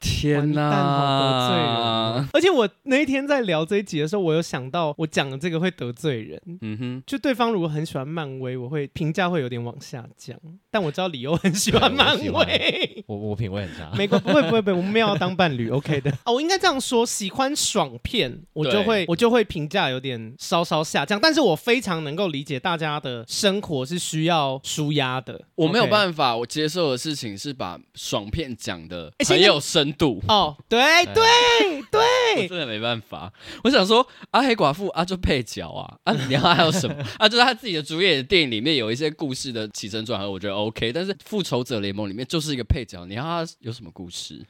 Speaker 2: 天
Speaker 1: 完蛋好得罪人
Speaker 2: 哪
Speaker 1: 哦！而且我那一天在聊这一集的时候，我有想到我讲的这个会得罪人，
Speaker 2: 嗯哼，
Speaker 1: 就对方如果很喜欢漫威，我会评价会有点往下降。但我知道理由很喜欢漫
Speaker 4: 对我
Speaker 1: 威，
Speaker 4: 我我品味很差。
Speaker 1: 美国不会不会不会，我们没有要当 伴侣，OK 的。哦，我应该这样说，喜欢爽片，我就
Speaker 2: 对
Speaker 1: 会我就会评价有点稍稍下降。但是我非常能够理解大家的生活是需要舒压的，
Speaker 2: 我没有
Speaker 1: OK
Speaker 2: 办法，我接受的事情是把爽片讲的
Speaker 1: 哎现
Speaker 2: 很
Speaker 1: 在
Speaker 2: 有深度。
Speaker 1: 哦，对
Speaker 4: 对
Speaker 1: 对对，
Speaker 2: 我真的没办法。我想说，啊，黑寡妇啊，就配角啊，啊，你要还有什么啊？就是他自己的主演的电影里面有一些故事的起承转合，我觉得 OK。但是《复仇者联盟》里面就是一个配角，你要他有什么故事？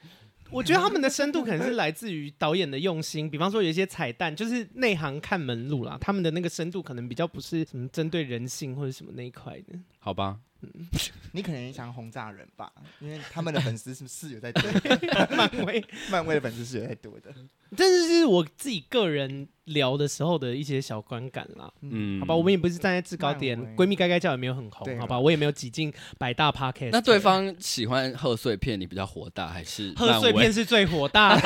Speaker 1: 我觉得他们的深度可能是来自于导演的用心， 比方说有一些彩蛋，就是内行看门路啦，他们的那个深度可能比较不是什么针对人性或者什么那一块的。
Speaker 2: 好吧，
Speaker 3: 你可能也想轰炸人吧，因为他们的粉丝是不是有在多的？
Speaker 1: 漫威，
Speaker 3: 漫威的粉丝是有在多的。
Speaker 1: 这是我自己个人聊的时候的一些小观感啦。
Speaker 2: 嗯，
Speaker 1: 好吧，我们也不是站在制高点
Speaker 3: 漫，威
Speaker 1: 闺蜜该该叫也没有很红，
Speaker 3: 对啦
Speaker 1: 好吧，我也没有挤进百 大 podcast。
Speaker 2: 那对方喜欢贺岁片，你比较火大还是
Speaker 1: 贺岁
Speaker 2: 漫威
Speaker 1: 片？是最火大 的。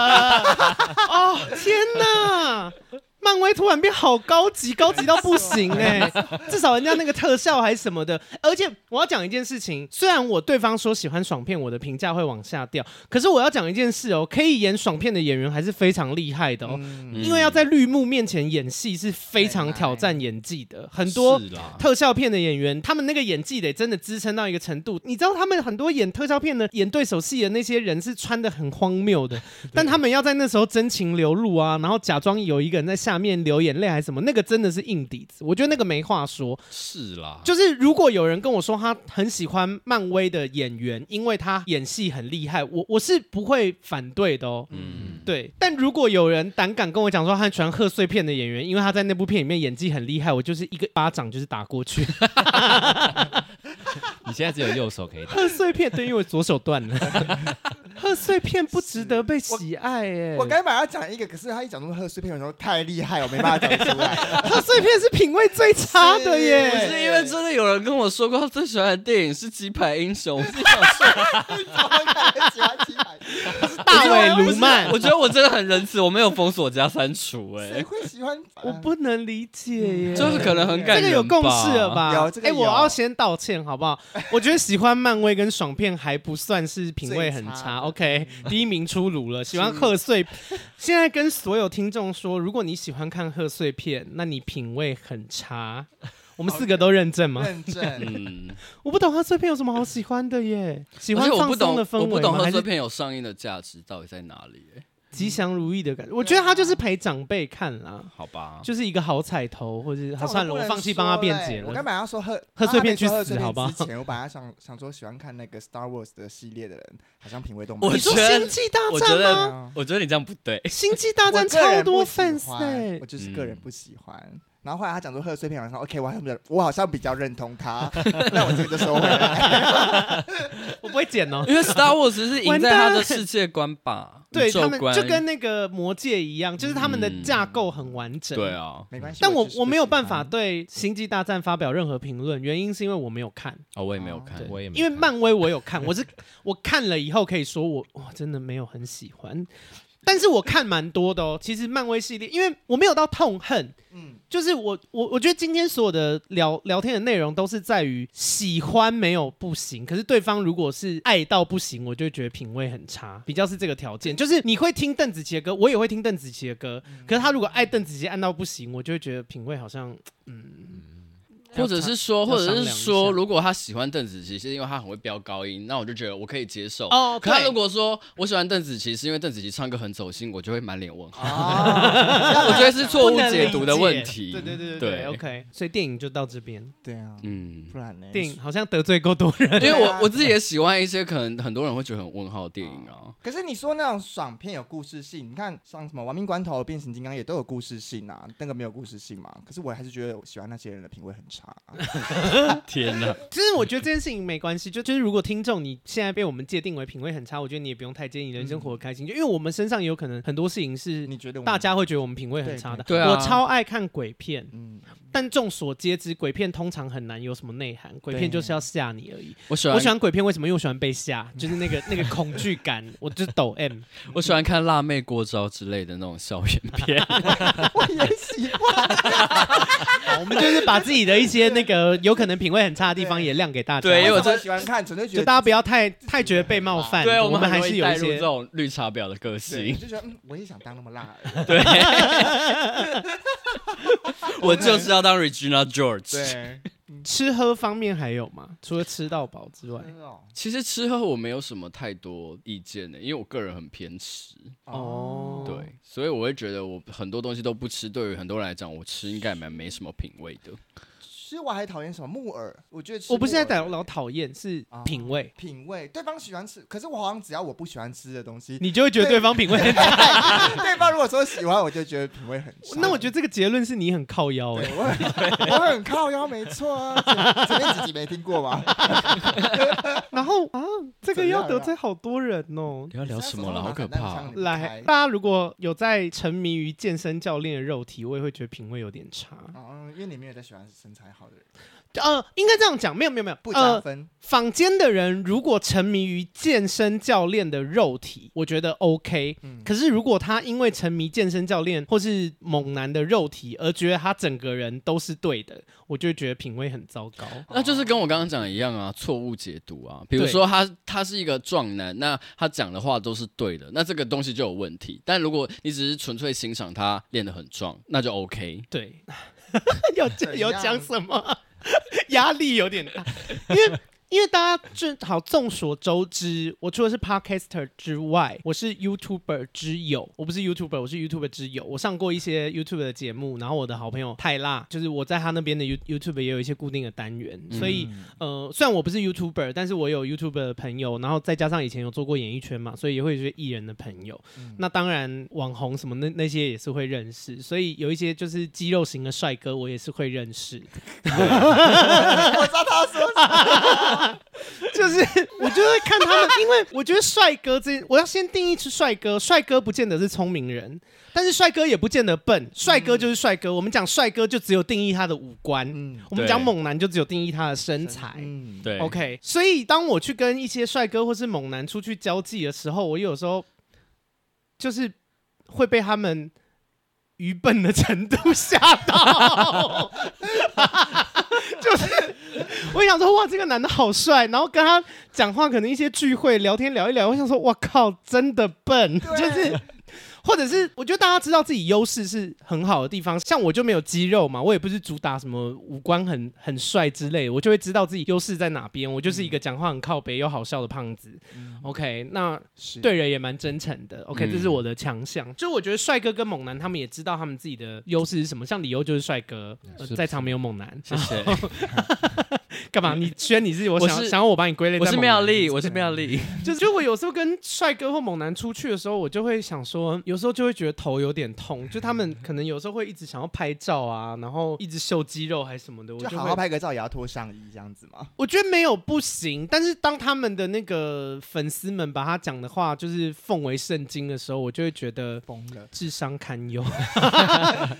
Speaker 1: 哦，天哪！漫威突然变好高级，高级到不行哎、 至少人家那个特效还什么的。而且我要讲一件事情，虽然我对方说喜欢爽片，我的评价会往下掉，可是我要讲一件事哦，可以演爽片的演员还是非常厉害的哦，
Speaker 3: 嗯，
Speaker 2: 嗯
Speaker 1: 因为要在绿幕面前演戏是非常挑战演技的，很多。
Speaker 2: 是啦，
Speaker 1: 特效片的演员，他们那个演技得真的支撑到一个程度。你知道，他们很多演特效片的、演对手戏的那些人是穿的很荒谬的，但他们要在那时候真情流露啊，然后假装有一个人在下面流眼泪还是什么，那个真的是硬底子，我觉得那个没话说。
Speaker 2: 是啦，
Speaker 1: 就是如果有人跟我说他很喜欢漫威的演员，因为他演戏很厉害，我我是不会反对的哦。
Speaker 2: 嗯，
Speaker 1: 对，但如果有人胆敢跟我讲说他很喜欢贺岁片的演员，因为他在那部片里面演技很厉害，我就是一个巴掌就是打过去。
Speaker 4: 你现在只有右手可以打。
Speaker 1: 贺岁片，对，因为我左手断 了。贺岁片不值得被喜爱哎、
Speaker 3: 我刚本来要讲一个，可是他一讲出贺岁片的时候太厉害，我没办法讲 出来。
Speaker 1: 贺岁片是品味最差的
Speaker 2: 不
Speaker 1: 耶。
Speaker 2: 是因为真的有人跟我说过，他最喜欢的电影是《鸡排英雄》，我自己想说，
Speaker 3: 喜欢鸡排，
Speaker 1: 大尾卢曼，
Speaker 2: 我觉得我真的很仁慈，我没有封锁加删除、
Speaker 3: 谁
Speaker 2: 哎，
Speaker 3: 会喜欢？啊
Speaker 1: 我不能理解耶。
Speaker 2: 就是可能很感
Speaker 1: 这
Speaker 2: 人
Speaker 1: 个有共识了？吧？
Speaker 3: 嗯有这个
Speaker 1: 哎、我
Speaker 3: 有
Speaker 1: 要先道歉好不好？我觉得喜欢漫威跟爽片还不算是品味很
Speaker 3: 最
Speaker 1: 差。
Speaker 3: 差嗯
Speaker 1: OK，第一名出炉了。喜欢贺岁，现在跟所有听众说，如果你喜欢看贺岁片，那你品味很差。我们四个都认证吗？
Speaker 3: 认证。
Speaker 2: 嗯，
Speaker 1: 我不懂贺岁片有什么好喜欢的耶？喜
Speaker 2: 而
Speaker 1: 欢
Speaker 2: 且我
Speaker 1: 放
Speaker 2: 不
Speaker 1: 松
Speaker 2: 懂
Speaker 1: 的，氛
Speaker 2: 我不
Speaker 1: 围
Speaker 2: 懂
Speaker 1: 吗？
Speaker 2: 贺
Speaker 1: 还
Speaker 2: 岁
Speaker 1: 是
Speaker 2: 片有上映的价值到底在哪里、哎，
Speaker 1: 吉祥如意的感觉？我觉得它就是陪长辈看啦，
Speaker 2: 好吧，
Speaker 1: 就是一个好彩头，或者好
Speaker 3: 这种都
Speaker 1: 算了，
Speaker 3: 不
Speaker 1: 我
Speaker 3: 能
Speaker 1: 放弃帮他
Speaker 3: 说
Speaker 1: 辩
Speaker 3: 嘞
Speaker 1: 解
Speaker 3: 啊我刚
Speaker 1: 了。
Speaker 3: 本来要说贺
Speaker 1: 贺岁片去
Speaker 3: 他没说贺岁
Speaker 1: 死
Speaker 3: 片
Speaker 1: 好不好
Speaker 3: 之前我本来想想说喜欢看那个 Star Wars 的系列的人，好像品味都蛮
Speaker 2: 我
Speaker 1: 你说
Speaker 2: 觉得
Speaker 1: 星际大
Speaker 2: 我
Speaker 1: 战
Speaker 2: 觉得哎
Speaker 1: 吗？
Speaker 3: 啊
Speaker 2: 我觉得你这样不对，
Speaker 1: 星际大战
Speaker 3: 我个
Speaker 1: 超
Speaker 3: 人
Speaker 1: 多
Speaker 3: 不喜
Speaker 1: fans
Speaker 3: 欢
Speaker 1: 哎、
Speaker 3: 我就是个人
Speaker 2: 嗯
Speaker 3: 不喜欢。然后后来他讲说贺岁片好像 OK，我好像比较我好像比较认 同他，那我这个就收回来。哎
Speaker 1: 我不会剪 哦。
Speaker 2: 因为 Star Wars 是赢在他的世界观吧，
Speaker 1: 对
Speaker 2: 宇宙
Speaker 1: 他们
Speaker 2: 观嗯
Speaker 1: 就跟那个魔戒一样，就是他们的架构很完整。
Speaker 2: 对。啊，
Speaker 3: 没关系，
Speaker 1: 但我
Speaker 3: 就是
Speaker 1: 我
Speaker 3: 不
Speaker 1: 没有
Speaker 3: 喜
Speaker 1: 办
Speaker 3: 欢
Speaker 1: 法对《星际大战》发表任何评论，原因是因为我没有看，
Speaker 2: 哦，我也没有看，
Speaker 4: 我也没
Speaker 1: 因为
Speaker 4: 看
Speaker 1: 漫威我有看，我是 我看了以后可以说我我真的没有很喜欢，但是我看蛮多的哦。其实漫威系列，因为我没有到痛恨，
Speaker 3: 嗯，
Speaker 1: 就是我我我觉得今天所有的聊聊天的内容都是在于喜欢没有不行，可是对方如果是爱到不行，我就觉得品味很差，比较是这个条件。就是你会听邓紫棋的歌，我也会听邓紫棋的歌，可是他如果爱邓紫棋爱到不行，我就会觉得品味好像嗯，
Speaker 2: 或者是说，
Speaker 1: 要
Speaker 2: 或
Speaker 1: 商
Speaker 2: 者
Speaker 1: 量一
Speaker 2: 是
Speaker 1: 下
Speaker 2: 说，如果他喜欢邓紫棋，是因为他很会飙高音，那我就觉得我可以接受。
Speaker 1: 哦
Speaker 2: 可他
Speaker 1: 对
Speaker 2: 如果说我喜欢邓紫棋，是因为邓紫棋唱歌很走心，我就会满 脸问号。我
Speaker 3: 哦，
Speaker 2: 觉得是错误解读的
Speaker 1: 不能理
Speaker 2: 问
Speaker 1: 解
Speaker 2: 题。
Speaker 1: 对对对对
Speaker 2: 对
Speaker 1: 对，OK。所以电影就到这边，
Speaker 3: 对啊，
Speaker 2: 嗯，
Speaker 3: 不然呢？
Speaker 1: 电影好像得罪够多人，
Speaker 2: 因为
Speaker 3: 对啊
Speaker 2: 我我自己也喜欢一些可能很多人会觉得很问号的电影啊。
Speaker 3: 可是你说那种爽片有故事性，你看像什么《亡命关头》《变形金刚》也都有故事性啊，那个没有故事性嘛。可是我还是觉得我喜欢那些人的品味很差、啊
Speaker 2: 天 哪，
Speaker 1: 其实我觉得这件事情没关系，就就是如果听众你现在被我们界定为品味很差，我觉得你也不用太介意，你人生活得开心，
Speaker 2: 嗯
Speaker 1: 就因为我们身上有可能很多事情是
Speaker 3: 你觉得我们
Speaker 1: 大家会觉得我们品味很差的。
Speaker 2: 对对啊
Speaker 1: 我超爱看鬼片，
Speaker 3: 嗯，
Speaker 1: 但众所皆知，鬼片通常很难有什么内涵，鬼片就是要吓你而已。
Speaker 2: 我喜欢
Speaker 1: 我喜欢鬼片，为什么？因为我喜欢被吓，就是那个那个恐惧 感，我就是抖 M。
Speaker 2: 我喜欢看辣妹过招之类的那种校 园片。
Speaker 3: 我也 喜欢。
Speaker 1: 好我们就是把自己的一些那个有可能品味很差的地方也亮给大家。
Speaker 2: 对哎因为我
Speaker 3: 真
Speaker 2: 真
Speaker 3: 的喜欢看，纯粹觉
Speaker 1: 就
Speaker 3: 得
Speaker 1: 大家不要太太觉得被冒犯，
Speaker 2: 对，
Speaker 1: 我
Speaker 2: 们很
Speaker 1: 还
Speaker 2: 容
Speaker 1: 是
Speaker 2: 易
Speaker 1: 有
Speaker 2: 带
Speaker 1: 一
Speaker 2: 入
Speaker 1: 些
Speaker 2: 这种绿茶婊的个
Speaker 3: 对，
Speaker 2: 性
Speaker 3: 我。就觉得嗯，我也想当那么辣而 已。
Speaker 2: 对， 我就是要当 Regina George。
Speaker 3: 对，
Speaker 1: 吃喝方面还有吗？除了吃到饱之外，
Speaker 3: 真的哦
Speaker 2: 其实吃喝我没有什么太多意见欸的，因为我个人很偏食，
Speaker 1: 哦，
Speaker 2: 对，所以我会觉得我很多东西都不吃。对于很多人来讲，我吃应该蛮没什么品味的。
Speaker 3: 吃我还讨厌什么木耳？我觉得吃
Speaker 1: 我不是在
Speaker 3: 木耳
Speaker 1: 聊聊讨厌，是
Speaker 3: 啊
Speaker 1: 品味，
Speaker 3: 品味，对方喜欢吃，可是我好像只要我不喜欢吃的 东西，
Speaker 1: 你就会觉得对方品 味很差。
Speaker 3: 对方如果说喜欢，我就觉得品味很差。
Speaker 1: 那我觉得这个结论是你很靠腰哎、
Speaker 3: 对我很我很靠腰，没错啊。前前面几集没听过吧？
Speaker 1: 然后啊，这个
Speaker 3: 怎样
Speaker 1: 要
Speaker 3: 啊
Speaker 1: 得罪好多人哦。
Speaker 2: 你要聊什么了？好可怕哦、
Speaker 1: 来，大家如果有在沉迷于健身教练的肉体，我也会觉得品味有点差。
Speaker 2: 啊
Speaker 3: 哦，因为你没有在喜欢身材好的人，
Speaker 1: 呃，应该这样讲，没有没有没有，
Speaker 3: 不加
Speaker 1: 呃，
Speaker 3: 分。
Speaker 1: 坊间的人如果沉迷于健身教练的肉体，我觉得 OK。
Speaker 3: 嗯
Speaker 1: 可是如果他因为沉迷健身教练或是猛男的肉体而觉得他整个人都是对的，我就会觉得品味很糟糕。
Speaker 2: 那就是跟我刚刚讲的一样啊，错误解读啊。比如
Speaker 1: 对
Speaker 2: 说他他是一个壮男，那他讲的话都是对的，那这个东西就有问题。但如果你只是纯粹欣赏他练得很壮，那就 OK。
Speaker 1: 对，有
Speaker 3: 怎
Speaker 1: 有
Speaker 3: 样
Speaker 1: 讲什么？压力有点大，因为因为大家就好，众所周知，我除了是 podcaster 之外，我是 YouTuber 之友。我不是 YouTuber，我是 YouTuber 之友。我上过一些 YouTube 的节目，然后我的好朋友泰辣，就是我在他那边的 You YouTube 也有一些固定的单元。所以，呃，虽然我不是 YouTuber，但是我有 YouTuber 的朋友，然后再加上以前有做过演艺圈嘛，所以也会有一些艺人的朋友。那当然，网红什么那那些也是会认识，所以有一些就是肌肉型的帅哥，我也是会认识。
Speaker 3: 我知道他说什么，
Speaker 1: 就是我就会看他们，因为我觉得帅哥这，我要先定义出帅哥，帅哥不见得是聪明人，但是帅哥也不见得笨，帅哥就是帅哥。我们讲帅哥就只有定义他的五官，
Speaker 3: 嗯
Speaker 1: 我们
Speaker 2: 对
Speaker 1: 讲猛男就只有定义他的身材。
Speaker 3: 嗯，
Speaker 2: 对
Speaker 1: OK，所以当我去跟一些帅哥或是猛男出去交际的时候，我有时候就是会被他们愚笨的程度吓到，就是我想说哇，这个男的好帅，然后跟他讲话，可能一些聚会聊天聊一聊，我想说哇靠，真的笨，就是。或者是我觉得大家知道自己优势是很好的地方，像我就没有肌肉嘛，我也不是主打什么五官很很帅之类的，我就会知道自己优势在哪边。我就是一个讲话很靠北又好笑的胖子。OK，那
Speaker 3: 是，
Speaker 1: 对人也蛮真诚的。OK，、
Speaker 2: 嗯
Speaker 1: 这是我的强项。就我觉得帅哥跟猛男他们也知道他们自己的优势是什么，像理由就是帅哥，呃
Speaker 4: 是
Speaker 1: 在场没有猛男。啊
Speaker 2: 谢 谢。
Speaker 1: 干嘛？你轩你是我
Speaker 2: 我
Speaker 1: 想
Speaker 2: 是
Speaker 1: 想要我把你归类在
Speaker 2: 我是
Speaker 1: 猛男
Speaker 2: 妙丽，
Speaker 1: 里
Speaker 2: 我是妙丽。
Speaker 1: 就就我有时候跟帅哥或猛男出去的时候，我就会想说，有时候就会觉得头有点痛，就他们可能有时候会一直想要拍照啊，然后一直秀肌肉还是什么的，我
Speaker 3: 就
Speaker 1: 就
Speaker 3: 好好
Speaker 1: 会。
Speaker 3: 拍个照也要脱上衣这样子嘛。
Speaker 1: 我觉得没有不行，但是当他们的那个粉丝们把他讲的话就是奉为圣经的时候，我就会觉得
Speaker 3: 疯了，
Speaker 1: 智商堪忧，因为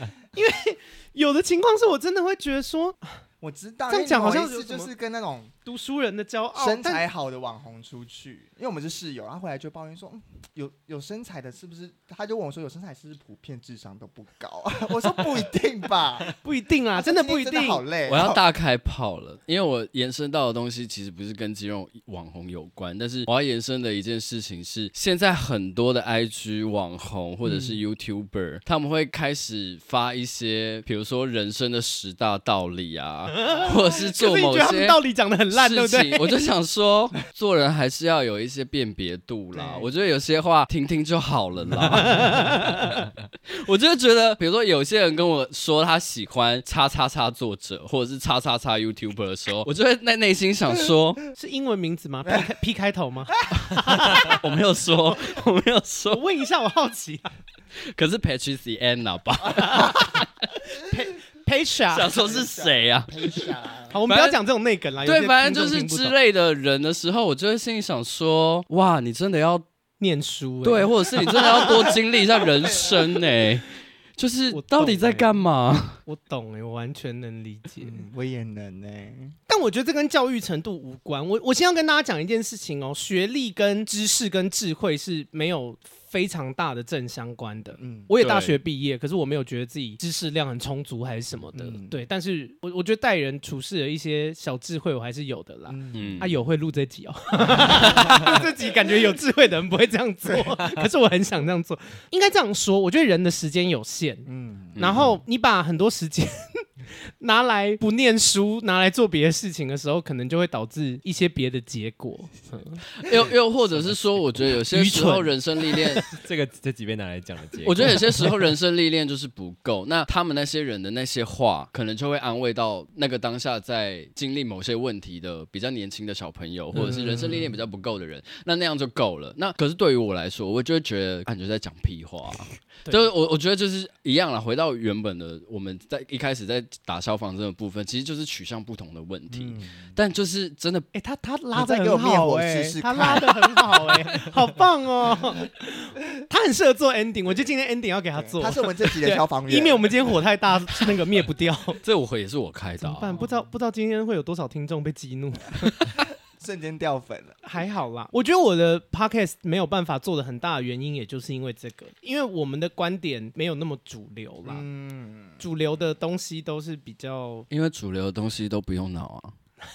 Speaker 1: 有的情况是我真的会觉得说
Speaker 3: 我知道。
Speaker 1: 这样讲好像有
Speaker 3: 是
Speaker 1: 什
Speaker 3: 就
Speaker 1: 么
Speaker 3: 是跟那种
Speaker 1: 读书人的骄傲，
Speaker 3: 身
Speaker 1: 哦但
Speaker 3: 材好的网红出去，因为我们是室友，他回来就抱怨说，嗯、有有身材的，是不是？他就问我说，有身材是不是普遍智商都不高啊？ 我说不一定吧，
Speaker 1: 不一定 啊，真的不一定。
Speaker 3: 好累，哦
Speaker 2: 我要大开炮了，因为我延伸到的东西其实不是跟肌肉网红有关，但是我要延伸的一件事情是，现在很多的 IG 网红或者
Speaker 1: 嗯
Speaker 2: 是 YouTuber，、他们会开始发一些，比如说人生的十大道 理啊，或者是
Speaker 1: 可
Speaker 2: 做
Speaker 1: 是你
Speaker 2: 某
Speaker 1: 觉得他们
Speaker 2: 些。
Speaker 1: 道理讲的很烂，对
Speaker 2: 事
Speaker 1: 不对
Speaker 2: 情？我就想 说，做人还是要有一些辨别度啦。
Speaker 3: 对
Speaker 2: 我觉得有些话听听就好了啦。 我就觉得，比如说有些人跟我说他喜欢叉叉叉作者或者是叉叉叉 YouTuber 的时候，我就会在内心想说，
Speaker 1: 是英文名字吗？P 开 P 开头吗？
Speaker 2: 我没有 说，我没有
Speaker 1: 我
Speaker 2: 说，
Speaker 1: 问一下，我好奇、啊。
Speaker 2: 可是啊 Patricia Anna 吧，想
Speaker 1: Patricia，
Speaker 2: 说是谁啊？
Speaker 3: 陪下。
Speaker 1: 好，我们不要讲这种内梗啦。有
Speaker 2: 对，
Speaker 1: 些
Speaker 2: 反正
Speaker 1: 听
Speaker 2: 就
Speaker 1: 众
Speaker 2: 是
Speaker 1: 听不
Speaker 2: 之
Speaker 1: 懂
Speaker 2: 类的人的时候，我就会心里想说，哇，你真的要
Speaker 1: 念书、欸。
Speaker 2: 对，，或者是你真的要多经历一下人生呢、 就是
Speaker 1: 我懂欸
Speaker 2: 到底在干嘛？
Speaker 1: 我懂哎、我完全能理解。
Speaker 3: 嗯我也能呢、
Speaker 1: 但我觉得这跟教育程度无关。我我先要跟大家讲一件事情哦，学历跟知识跟智慧是没有非常大的正相关的。
Speaker 3: 嗯，
Speaker 1: 我也大学毕业，可是我没有觉得自己知识量很充足还是什么的，
Speaker 3: 嗯
Speaker 1: 对。但是我我觉得待人处事的一些小智慧我还是有的啦。
Speaker 3: 嗯，
Speaker 2: 嗯
Speaker 1: 啊，有会录这集 哦，录这集感觉有智慧的人不会这样做，可是我很想这样做。应该这样说，我觉得人的时间有限，
Speaker 3: 嗯，
Speaker 1: 然后你把很多时间 拿来不念书，拿来做别的事情的时候，可能就会导致一些别的结果。嗯
Speaker 2: 又又或者是说，我觉得有些时
Speaker 1: 愚
Speaker 2: 候
Speaker 1: 蠢
Speaker 2: 人生历 练，
Speaker 4: 这个这几遍拿来讲的结果，
Speaker 2: 我觉得有些时候人生历练就是不够。那他们那些人的那些话，可能就会安慰到那个当下在经历某些问题的比较年轻的小朋友，或者是人生历练比较不够的人，那那样就够了。那可是对于我来说，我就会觉得感觉在讲屁话、啊
Speaker 1: 对
Speaker 2: 就是我我觉得就是一样了，回到原本的我们在一开始在打消防针的部分，其实就是取向不同的问题，
Speaker 1: 嗯
Speaker 2: 但就是真的
Speaker 1: 哎、他他拉
Speaker 3: 你
Speaker 1: 的
Speaker 3: 再给我
Speaker 1: 很好
Speaker 3: 灭火
Speaker 1: 哎、
Speaker 3: 试试
Speaker 1: 他
Speaker 3: 看
Speaker 1: 拉的很好哎、好棒哦！ 他很适合做 ending，我觉得今天 ending 要给他做。
Speaker 3: 他是我们这集的
Speaker 1: 对
Speaker 3: 消防员，
Speaker 1: 以免我们今天火太 大，那个灭不掉。
Speaker 3: 哦
Speaker 2: 这我也是我开的、
Speaker 1: 怎么
Speaker 2: 啊
Speaker 1: 办？。 不知道不知道今天会有多少听众被激怒，
Speaker 3: 瞬间掉粉了。
Speaker 1: 还好啦。我觉得我的 podcast 没有办法做的很大的原因，也就是因为这个，因为我们的观点没有那么主流啦。
Speaker 3: 嗯，
Speaker 1: 主流的东西都是比较
Speaker 2: 因为主流的东西都不用脑啊，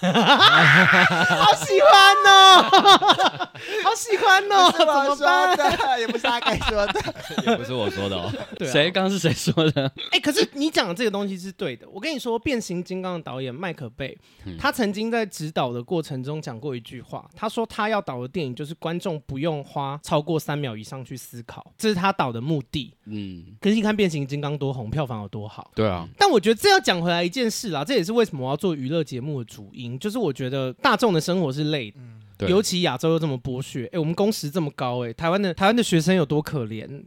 Speaker 1: 好喜欢哦，好喜欢哦，
Speaker 3: 不是
Speaker 1: 怎
Speaker 3: 我
Speaker 1: 么
Speaker 3: 说
Speaker 1: 办？
Speaker 3: 的， 也不是他该说的。
Speaker 2: 也不是我说的 哦。
Speaker 1: 对啊
Speaker 2: 谁刚刚是谁说的？
Speaker 1: 哎、可是你讲的这个东西是对的。我跟你说，《变形金刚》的导演麦可贝，
Speaker 2: 嗯
Speaker 1: 他曾经在指导的过程中讲过一句话，他说他要导的电影就是观众不用花超过三秒以上去思考，这是他导的目的。
Speaker 2: 嗯，
Speaker 1: 可是你看《变形金刚》多红，票房有多好。
Speaker 2: 对啊，
Speaker 1: 但我觉得这要讲回来一件事啦，这也是为什么我要做娱乐节目的主因，就是我觉得大众的生活是累的。
Speaker 2: 对
Speaker 1: 尤其亚洲又这么剥削，哎、我们工时这么高、哎，台湾的台湾的学生有多可怜？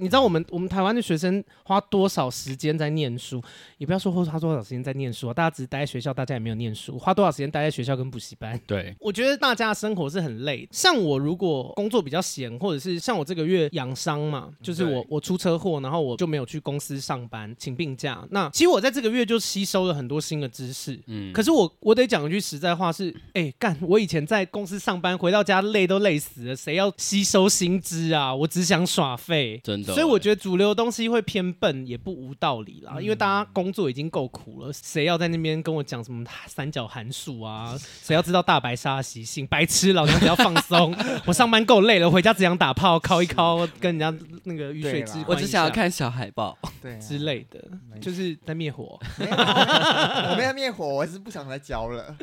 Speaker 1: 你知道我们我们台湾的学生花多少时间在念书？也不要说花多少时间在念书啊，大家只是待在学校，大家也没有念书，花多少时间待在学校跟补习班？
Speaker 2: 对，
Speaker 1: 我觉得大家的生活是很累的。像我如果工作比较闲，或者是像我这个月养伤嘛，就是我
Speaker 2: 嗯对
Speaker 1: 我出车祸，然后我就没有去公司上班，请病假。那其实我在这个月就吸收了很多新的知识。
Speaker 2: 嗯，
Speaker 1: 可是我我得讲一句实在话是，哎、干，我以前在公司上班，回到家累都累死了，谁要吸收新知啊？我只想耍废。
Speaker 2: 真的欸，
Speaker 1: 所以我觉得主流的东西会偏笨，也不无道理
Speaker 2: 嗯
Speaker 1: 啦。因为大家工作已经够苦了，谁要在那边跟我讲什么三角函数啊？ 谁要知道大白鲨的习性？白痴，老娘只要放 松。我上班够累了，回家只想打炮，敲一敲，跟人家那个鱼水
Speaker 3: 对啦
Speaker 1: 之
Speaker 3: 我
Speaker 2: 我
Speaker 1: 欢一
Speaker 2: 只想要
Speaker 1: 下
Speaker 2: 看小海报。
Speaker 3: 对啊，
Speaker 1: 之类的，
Speaker 3: 没
Speaker 1: 就是在灭火。
Speaker 3: 没有， 我啊没有灭火，我是不想再教了。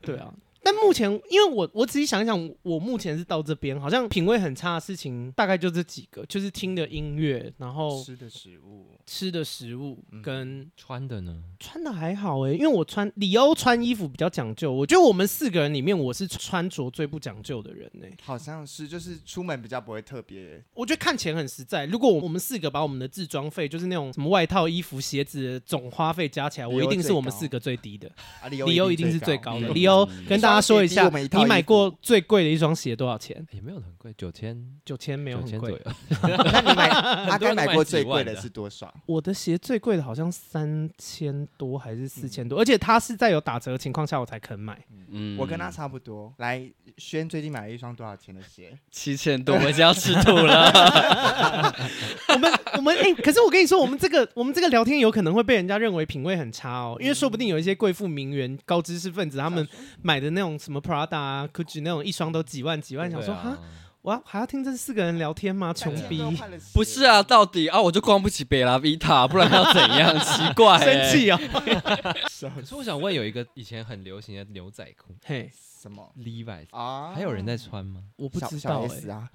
Speaker 1: 对 啊。但目前，因为我我仔细想一想，我目前是到这边，好像品味很差的事情大概就这几个，就是听的音乐，然后
Speaker 3: 吃的食物，
Speaker 1: 吃的食物
Speaker 3: 嗯
Speaker 1: 跟
Speaker 4: 穿的呢？
Speaker 1: 穿的还好哎、因为我穿李欧穿衣服比较讲究，我觉得我们四个人里面我是穿着最不讲究的人呢、
Speaker 3: 好像是就是出门比较不会特别。
Speaker 1: 我觉得看起来很实在。如果我们四个把我们的自装费，就是那种什么外套、衣服、鞋子的总花费加起来，我一定是我们四个最低的。
Speaker 3: 啊理
Speaker 1: 李欧一定是最高的。李欧
Speaker 2: 嗯
Speaker 1: 跟大家说一
Speaker 3: 双鞋低
Speaker 1: 下
Speaker 3: 我们一，套
Speaker 1: 你买
Speaker 3: 衣服
Speaker 1: 过最贵的一双鞋多少钱？
Speaker 4: 也没有很贵，九千，
Speaker 1: 九千没有
Speaker 4: 九
Speaker 1: 很
Speaker 4: 千左右
Speaker 1: 贵。。
Speaker 3: 那你买阿
Speaker 4: 多
Speaker 3: 甘
Speaker 4: 人
Speaker 3: 买
Speaker 4: 买
Speaker 3: 过
Speaker 4: 几
Speaker 3: 最
Speaker 4: 万
Speaker 3: 贵的
Speaker 4: 的
Speaker 3: 是多少？
Speaker 1: 我的鞋最贵的好像三千多还是四千多，而且它是在有打折的情况下我才肯买。
Speaker 2: 嗯
Speaker 3: 我跟他差不多。来，轩最近买了一双多少钱的鞋？
Speaker 2: 七千多，我已经要吃吐了。
Speaker 1: 我们我们哎、可是我跟你说，我们这个 我们这个聊天有可能会被人家认为品味很差哦，因为说不定有一些贵妇名媛、高知识分子，他们买的那种什么 Prada 啊、Gucci 那种一双都几万几万，
Speaker 3: 啊
Speaker 1: 想说哈、我要还要听这四个人聊天吗？穷逼，
Speaker 2: 不是啊，到底啊，我就逛不起贝拉维塔，不然要怎样？奇怪、欸，
Speaker 1: 生气
Speaker 3: 哎
Speaker 1: 哦，
Speaker 4: 可是我想问，有一个以前很流行的牛仔裤
Speaker 1: 嘿，
Speaker 3: 什么
Speaker 4: Levi's，
Speaker 3: 啊？
Speaker 4: 还有人在穿吗？
Speaker 1: 我不
Speaker 3: 小
Speaker 1: 知
Speaker 3: 小
Speaker 1: 道
Speaker 3: S
Speaker 1: 哎、
Speaker 3: 啊？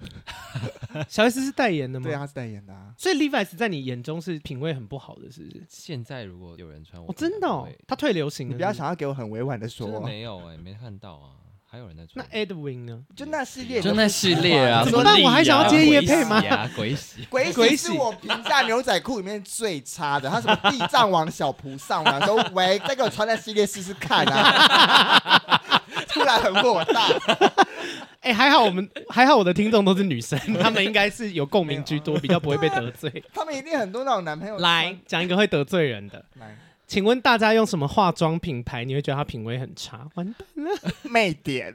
Speaker 1: 小 S 是代言的吗？
Speaker 3: 对啊，他是代言的啊。
Speaker 1: 所以 Levi's 在你眼中是品味很不好的，是不是？
Speaker 4: 现在如果有人穿，我
Speaker 1: 哦，真的、哦
Speaker 4: 可能不，会
Speaker 1: 他退流行
Speaker 3: 你
Speaker 1: 了。
Speaker 3: 不要
Speaker 1: 是
Speaker 3: 想要给我很委婉的说
Speaker 4: 真的
Speaker 3: 哦，
Speaker 4: 没有哎，没看到啊，还有人在
Speaker 1: 不是
Speaker 4: 穿。
Speaker 1: 那哎 Edwin 呢？
Speaker 3: 就那系列的
Speaker 2: 就那系列啊
Speaker 1: 怎么办
Speaker 2: 什么力呀
Speaker 1: 我还想要接业配吗
Speaker 4: 鬼洗啊鬼 洗！
Speaker 3: 鬼
Speaker 1: 鬼
Speaker 3: 洗是
Speaker 1: 洗
Speaker 3: 我评价牛仔裤里面最差的，他什么地藏王小菩萨，我想说喂，再给我穿那系列试试看啊！ 突然很火大，
Speaker 1: 哎、还好我们还好我的听众都是女 生，她们应该是有共鸣居
Speaker 3: 啊
Speaker 1: 多，比较不会被得罪。
Speaker 3: 他们一定很多那种男朋友
Speaker 1: 来讲一个会得罪人的，
Speaker 3: 穿来
Speaker 1: 请问大家用什么化妆品牌你会觉得它品味很差？完蛋，
Speaker 3: 魅点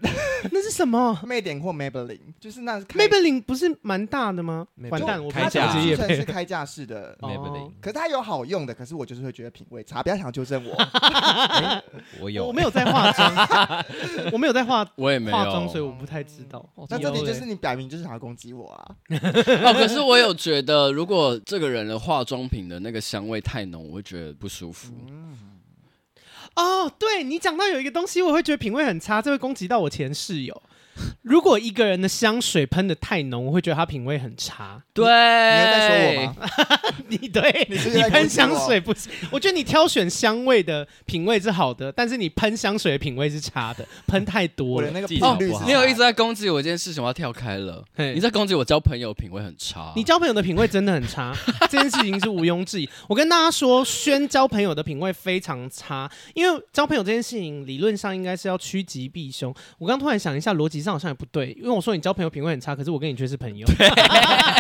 Speaker 1: 那是什么
Speaker 3: 魅点或 Maybelline，就是那是开
Speaker 1: ？Maybelline 不是蛮大的吗？
Speaker 4: Maybelline
Speaker 1: 完蛋，我
Speaker 4: 开价
Speaker 1: 价
Speaker 4: 啊
Speaker 1: 业
Speaker 3: 是
Speaker 1: 配。
Speaker 3: 开架式的。
Speaker 1: 哦
Speaker 4: Maybelline，
Speaker 3: 可是它有好用的，可是我就是会觉得品味差，不要想 纠正
Speaker 1: 欸
Speaker 3: 我。
Speaker 4: 我
Speaker 1: 我
Speaker 4: 有欸
Speaker 1: 没有在化妆， 我没有在化
Speaker 2: 我也没有。
Speaker 1: 化妆，所以我不太知道。
Speaker 3: 那这
Speaker 1: 有
Speaker 3: 里就
Speaker 1: 欸
Speaker 3: 是你表明就是想要攻击我啊！
Speaker 2: 哦，可是我有觉得，如果这个人的化妆品的那个香味太浓，我会觉得不舒服。
Speaker 1: 哦，对你讲到有一个东西，我会觉得品味很差，这会攻击到我前室友。如果一个人的香水喷的太浓，我会觉得他品味很差。
Speaker 2: 对，
Speaker 3: 你
Speaker 2: 你
Speaker 3: 有在说我？吗？
Speaker 1: 你对，呃
Speaker 3: 你
Speaker 1: 你
Speaker 3: 是在攻击我
Speaker 1: 喷香水不行。我觉得你挑选香味的品味是好的，但是你喷香水的品味是差的，喷太多
Speaker 3: 我的
Speaker 1: 了。
Speaker 3: 那个
Speaker 4: 技巧
Speaker 3: 频率
Speaker 4: 不
Speaker 3: 是
Speaker 4: 好
Speaker 2: 你有一直在攻击我这件事情，我要跳开了。
Speaker 1: 嘿
Speaker 2: 你在攻击我交朋友品味很差。
Speaker 1: 你交朋友的品味真的很差，这件事情是毋庸置疑。我跟大家说，轩交朋友的品味非常差，因为交朋友这件事情理论上应该是要趋吉避凶。我刚突然想一下，逻辑上好像也不对，因为我说你交朋友品味很差，可是我跟你却是朋友。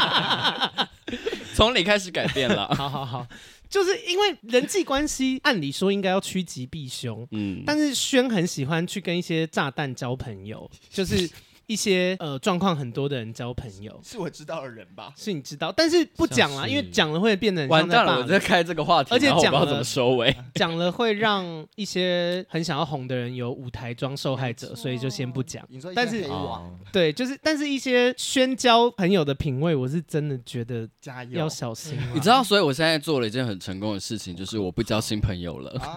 Speaker 2: 从你开始改变了。
Speaker 1: 好好好，就是因为人际关系按理说应该要趋吉避凶，
Speaker 2: 嗯，
Speaker 1: 但是轩很喜欢去跟一些炸弹交朋友，就是一些呃状况很多的人交朋友，
Speaker 3: 是我知道的人吧？
Speaker 1: 是你知道，但是不讲啦，
Speaker 4: 像是
Speaker 1: 因为讲了会变得很
Speaker 2: 完
Speaker 1: 像在
Speaker 2: 蛋
Speaker 1: 霸
Speaker 2: 了，我
Speaker 1: 凌
Speaker 2: 在开这个话题，
Speaker 1: 而且
Speaker 2: 然后我不知
Speaker 1: 讲
Speaker 2: 道
Speaker 1: 了
Speaker 2: 怎么收尾。
Speaker 1: 讲了会让一些很想要红的人有舞台装受害 者，所以就先不讲。
Speaker 3: 你说一些
Speaker 1: 但是
Speaker 3: 黑网
Speaker 4: 哦
Speaker 1: 对，就是但是一些宣交朋友的品味，我是真的觉得
Speaker 3: 加油
Speaker 1: 要，小心啦。
Speaker 2: 你知道，所以我现在做了一件很成功的事情，就是我不交新朋友 了。
Speaker 3: 啊，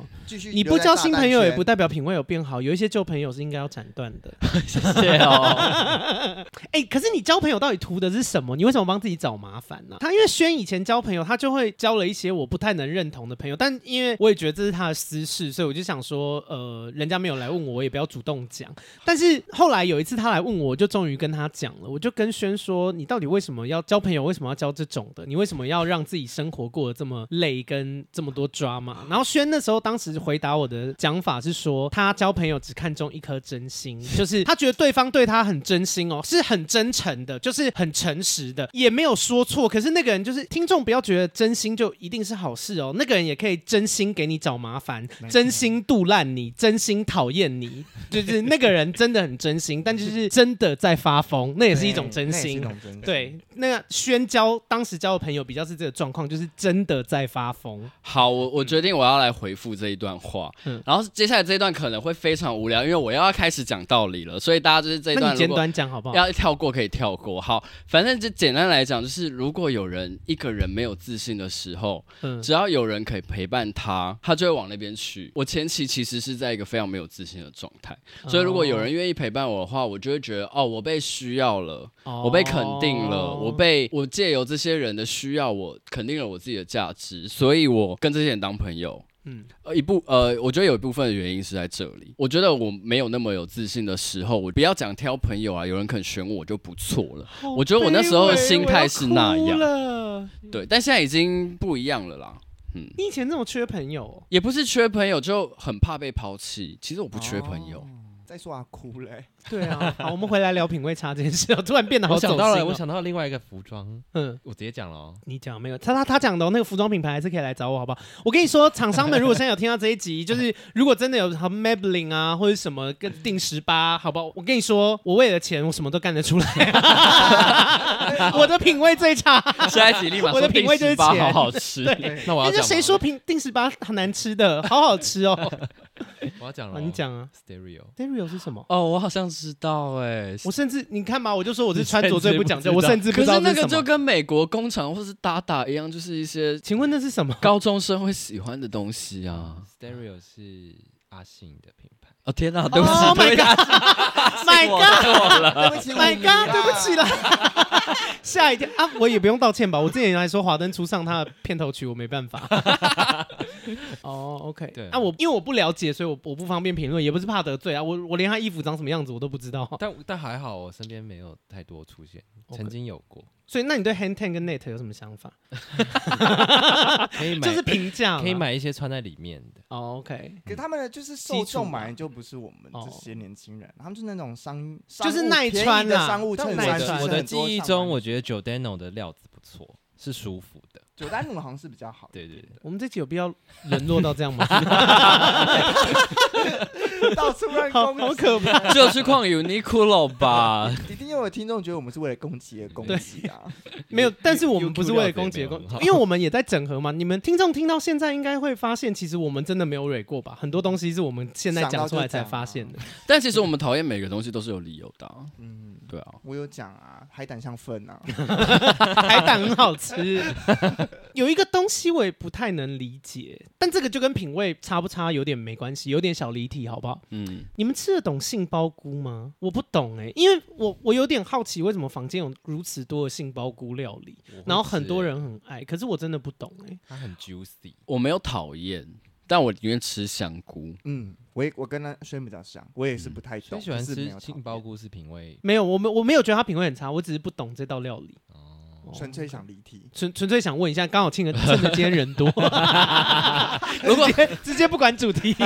Speaker 1: 哦，
Speaker 3: 继续
Speaker 1: 你
Speaker 3: 留
Speaker 1: 不
Speaker 3: 在
Speaker 1: 交
Speaker 3: 大
Speaker 1: 新
Speaker 3: 蛋
Speaker 1: 朋友也
Speaker 3: 圈
Speaker 1: 不代表品味有变好，有一些旧朋友是应该要斩断的。
Speaker 2: 谢谢哦。
Speaker 1: 哎、可是你交朋友到底图的是什么？你为什么帮自己找麻烦呢、他因为轩以前交朋友，他就会交了一些我不太能认同的朋友，但因为我也觉得这是他的私事，所以我就想说，呃，人家没有来问我，我也不要主动讲。但是后来有一次他来问我，我就终于跟他讲了，我就跟轩说，你到底为什么要交朋友？为什么要交这种的？你为什么要让自己生活过得这么累，跟这么多抓嘛？然后轩那时候当时回答我的讲法是说，他交朋友只看重一颗真心，就是他觉得对方对他很真心哦，是很真诚的，就是很诚实的，也没有说错。可是那个人就是听众不要觉得真心就一定是好事哦，那个人也可以真心给你找麻烦，真心杜烂你，真心讨厌你，就是那个人真的很真心，但就是真的在发疯，那也是一种真
Speaker 3: 那也是一
Speaker 1: 心。
Speaker 3: 种真心。
Speaker 1: 对，那宣交当时交的朋友比较是这个状况，就是真的在发疯。
Speaker 2: 好，我我决定我要来回复这一段话，
Speaker 1: 嗯
Speaker 2: 然后接下来这一段可能会非常无聊，因为我要开始讲道理了，所以大家就是这一
Speaker 1: 那
Speaker 2: 段
Speaker 1: 你
Speaker 2: 如
Speaker 1: 简
Speaker 2: 果
Speaker 1: 短讲好不好？
Speaker 2: 要跳过可以跳过。好，反正就简单来讲，就是如果有人一个人没有自信的时候，
Speaker 1: 嗯，
Speaker 2: 只要有人可以陪伴他，他就会往那边去。我前期其实是在一个非常没有自信的状态，所以如
Speaker 1: 哦
Speaker 2: 果有人愿意陪伴我的话，我就会觉得哦，我被需要了。
Speaker 1: 哦，
Speaker 2: 我被肯定了，
Speaker 1: 哦
Speaker 2: 我被我借由这些人的需要，我肯定了我自己的价值，所以我跟这些人当朋友。
Speaker 1: 嗯
Speaker 2: 呃，一部呃，我觉得有一部分的原因是在这里。我觉得我没有那么有自信的时候，我不要讲挑朋友啊，有人肯选我就不错了。我觉得我那时候的心态是
Speaker 1: 好
Speaker 2: 那样
Speaker 1: 卑微我要哭了
Speaker 2: 对，但现在已经不一样了啦。
Speaker 1: 你以前那么缺朋友哦、
Speaker 2: 也不是缺朋友，就很怕被抛弃。其实我不缺朋友，
Speaker 1: 哦
Speaker 3: 再说啊，哭嘞、
Speaker 1: 对啊。好，我们回来聊品味差这件事哦，突然变 得好
Speaker 4: 我
Speaker 1: 走
Speaker 4: 想
Speaker 1: 心
Speaker 4: 到了，
Speaker 1: 哦
Speaker 4: 我想到了另外一个服装，
Speaker 1: 嗯。
Speaker 4: 我直接讲了哦。
Speaker 1: 你讲没有？他他他讲的、哦、那个服装品牌还是可以来找我，好不好？我跟你说，厂商们如果现在有听到这一集，就是 如果真的有什么 Maybelline 啊，或者什么跟定十八，好不好？我跟你说，我为了钱，我什么都干得出来、 我的品味最差。
Speaker 2: 下一集立马
Speaker 1: 我的
Speaker 2: 说
Speaker 1: 品味就是
Speaker 2: 18
Speaker 1: 钱
Speaker 2: 好好 吃。
Speaker 3: 对，
Speaker 4: 那我要
Speaker 1: 哎那
Speaker 4: 讲吗
Speaker 1: 谁说？平定十八很难吃的？好好吃哦！
Speaker 4: 我要讲
Speaker 1: 啊
Speaker 4: 了。哦
Speaker 1: 你讲啊
Speaker 4: Stereo，
Speaker 1: ，Stereo 是什么？
Speaker 2: 哦，我好像知道哎、
Speaker 1: 我甚至你看嘛，我就说我是穿着最不讲究，
Speaker 4: 你
Speaker 1: 我甚
Speaker 4: 甚
Speaker 1: 至不
Speaker 2: 可
Speaker 1: 知道
Speaker 2: 是
Speaker 1: 这
Speaker 2: 那
Speaker 1: 是
Speaker 2: 个
Speaker 1: 什
Speaker 2: 就
Speaker 1: 么。
Speaker 2: 跟美国工厂或是打打一样，就是一些
Speaker 1: 请问那是什么？
Speaker 2: 高中生会喜欢的东西啊！
Speaker 4: Stereo 是阿信的品牌。
Speaker 2: 哦天哪，对不起
Speaker 1: Oh my
Speaker 2: 对不起
Speaker 1: god！My
Speaker 2: 我
Speaker 1: god！
Speaker 3: 对不起
Speaker 1: My
Speaker 3: 你
Speaker 1: God，
Speaker 3: 啦
Speaker 1: 对不起啦， 吓一跳啊！我也不用道歉吧？我之前还说《华灯初上》它的片头曲，我没办法。 哦、o k
Speaker 4: 对
Speaker 1: 啊，我因为我不了解，所以我我不方便评论，也不是怕得罪啊，我我连他衣服长什么样子我都不知道。
Speaker 4: 但但还好，我身边没有太多出现，
Speaker 1: OK
Speaker 4: 曾经有过，
Speaker 1: 所以，那你对 Hand Ten 跟 Net 有什么想法？
Speaker 4: 可以买，
Speaker 1: 就是啊评价啦，
Speaker 4: 可以买一些穿在里面的。
Speaker 1: 哦，OK，
Speaker 3: 可他们的就是
Speaker 1: 嗯
Speaker 3: 受
Speaker 1: 基础
Speaker 3: 众
Speaker 1: 嘛哦
Speaker 3: 本来就不是我们这些年轻人，他们就是那种商，
Speaker 1: 就是
Speaker 3: 商务
Speaker 1: 耐
Speaker 3: 便宜
Speaker 1: 穿啊
Speaker 3: 的
Speaker 1: 啦
Speaker 3: 商务
Speaker 1: 但
Speaker 3: 衬
Speaker 1: 耐
Speaker 3: 衫。
Speaker 1: 穿
Speaker 3: 其实
Speaker 4: 我的
Speaker 3: 很
Speaker 4: 记
Speaker 3: 多
Speaker 4: 忆
Speaker 3: 上
Speaker 4: 中，
Speaker 3: 班
Speaker 4: 我觉得 Giordano 的料子不错，是舒服的。
Speaker 3: 九丹奴好像是比较好的，
Speaker 4: 对对对，
Speaker 1: 我们这集有必要沦落到这样吗？
Speaker 3: 到处乱
Speaker 1: 好
Speaker 3: 攻击，
Speaker 1: 好可怕！
Speaker 2: 只有去逛 Uniqlo 吧。
Speaker 3: 一定又有听众觉得我们是为了攻击而攻 击啊！
Speaker 1: 没有，但是我
Speaker 4: YouTube
Speaker 1: 们不是为了攻击而攻
Speaker 4: 料子也没有
Speaker 1: 击
Speaker 4: 很，好
Speaker 1: 因为我们也在整合嘛。你们听众听到现在应该会发现，其实我们真的没有蕊过吧？很多东西是我们现在讲出来才发现的。
Speaker 2: 但其实我们讨厌每个东西都是有理由的啊、
Speaker 3: 嗯，
Speaker 2: 对啊，
Speaker 3: 我有讲啊，海胆像粪 啊，
Speaker 1: 海胆很好吃， 有一个东西我也不太能理解，但这个就跟品味差不差有点没关系，有点小离题，好不好？
Speaker 2: 嗯，
Speaker 1: 你们吃得懂杏鲍菇吗？我不懂哎、因为我我有点好奇，为什么房间有如此多的杏鲍菇料理，然后很多人很爱，可是我真的不懂哎、
Speaker 4: 它很 juicy，
Speaker 2: 我没有讨厌，但我宁愿吃香菇。
Speaker 3: 嗯，我也我跟他轩比较像，我也是不
Speaker 1: 嗯
Speaker 3: 太
Speaker 4: 最
Speaker 3: 懂，
Speaker 4: 喜欢
Speaker 3: 就是没
Speaker 4: 吃
Speaker 3: 有
Speaker 4: 杏鲍菇是 品味
Speaker 1: 没有，我没我没有觉得他品味很差，我只是不懂这道料理。
Speaker 4: 哦。
Speaker 1: 哦
Speaker 3: 讨厌，纯粹想离题。
Speaker 1: 纯纯粹想问一下，刚好趁着趁着今天人多，
Speaker 2: 如果
Speaker 1: 直接直接不管主 题，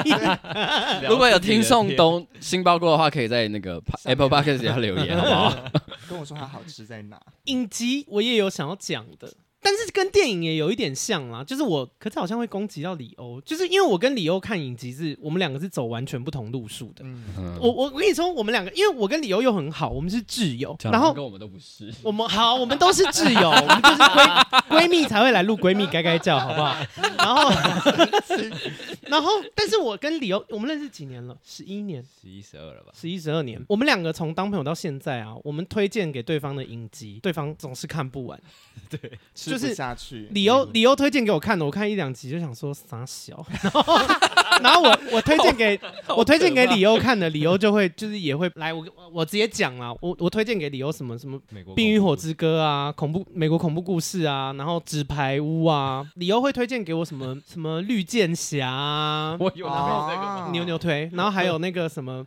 Speaker 2: 如果有听送东新包锅的话，可以在那个 pa-
Speaker 3: 下面
Speaker 2: Apple Podcast 底下 留言，好不好？
Speaker 3: 跟我说它好吃在哪？
Speaker 1: 影集我也有想要讲的，但是跟电影也有一点像啦，就是我，可是好像会攻击到李欧，就是因为我跟李欧看影集是，我们两个是走完全不同路数的。
Speaker 3: 嗯，
Speaker 2: 嗯
Speaker 1: 我我我跟你说，我们两个，因为我跟李欧又很好，我们是挚友，然后
Speaker 2: 跟我们都不是，
Speaker 1: 我们好，我们都是挚友， 我们就是闺闺蜜才会来录闺蜜该该叫，好 不好？然后，然后，但是我跟李欧，我们认识几年了？十一年。
Speaker 4: 十一十二了吧？
Speaker 1: 十一十二年，我们两个从当朋友到现在啊，我们推荐给对方的影集，对方总是看不 完。
Speaker 3: 吃
Speaker 1: 就
Speaker 3: 不
Speaker 1: 是
Speaker 3: 下嗯去。
Speaker 1: 理由理由推荐给我看的，我看一两集就想说傻小， 然后然后我我推荐给我推荐给理由看的，理由就会就是也会来我我直接讲啦，我我推荐给理由什么什么。
Speaker 4: 美国
Speaker 1: 《冰与火之歌》啊，恐怖美国恐怖故事啊，然后《纸牌屋》 啊，理由会推荐给我什么什么绿箭侠啊，
Speaker 4: 我有男朋友在干嘛？
Speaker 1: 牛牛推，然后还有那个什么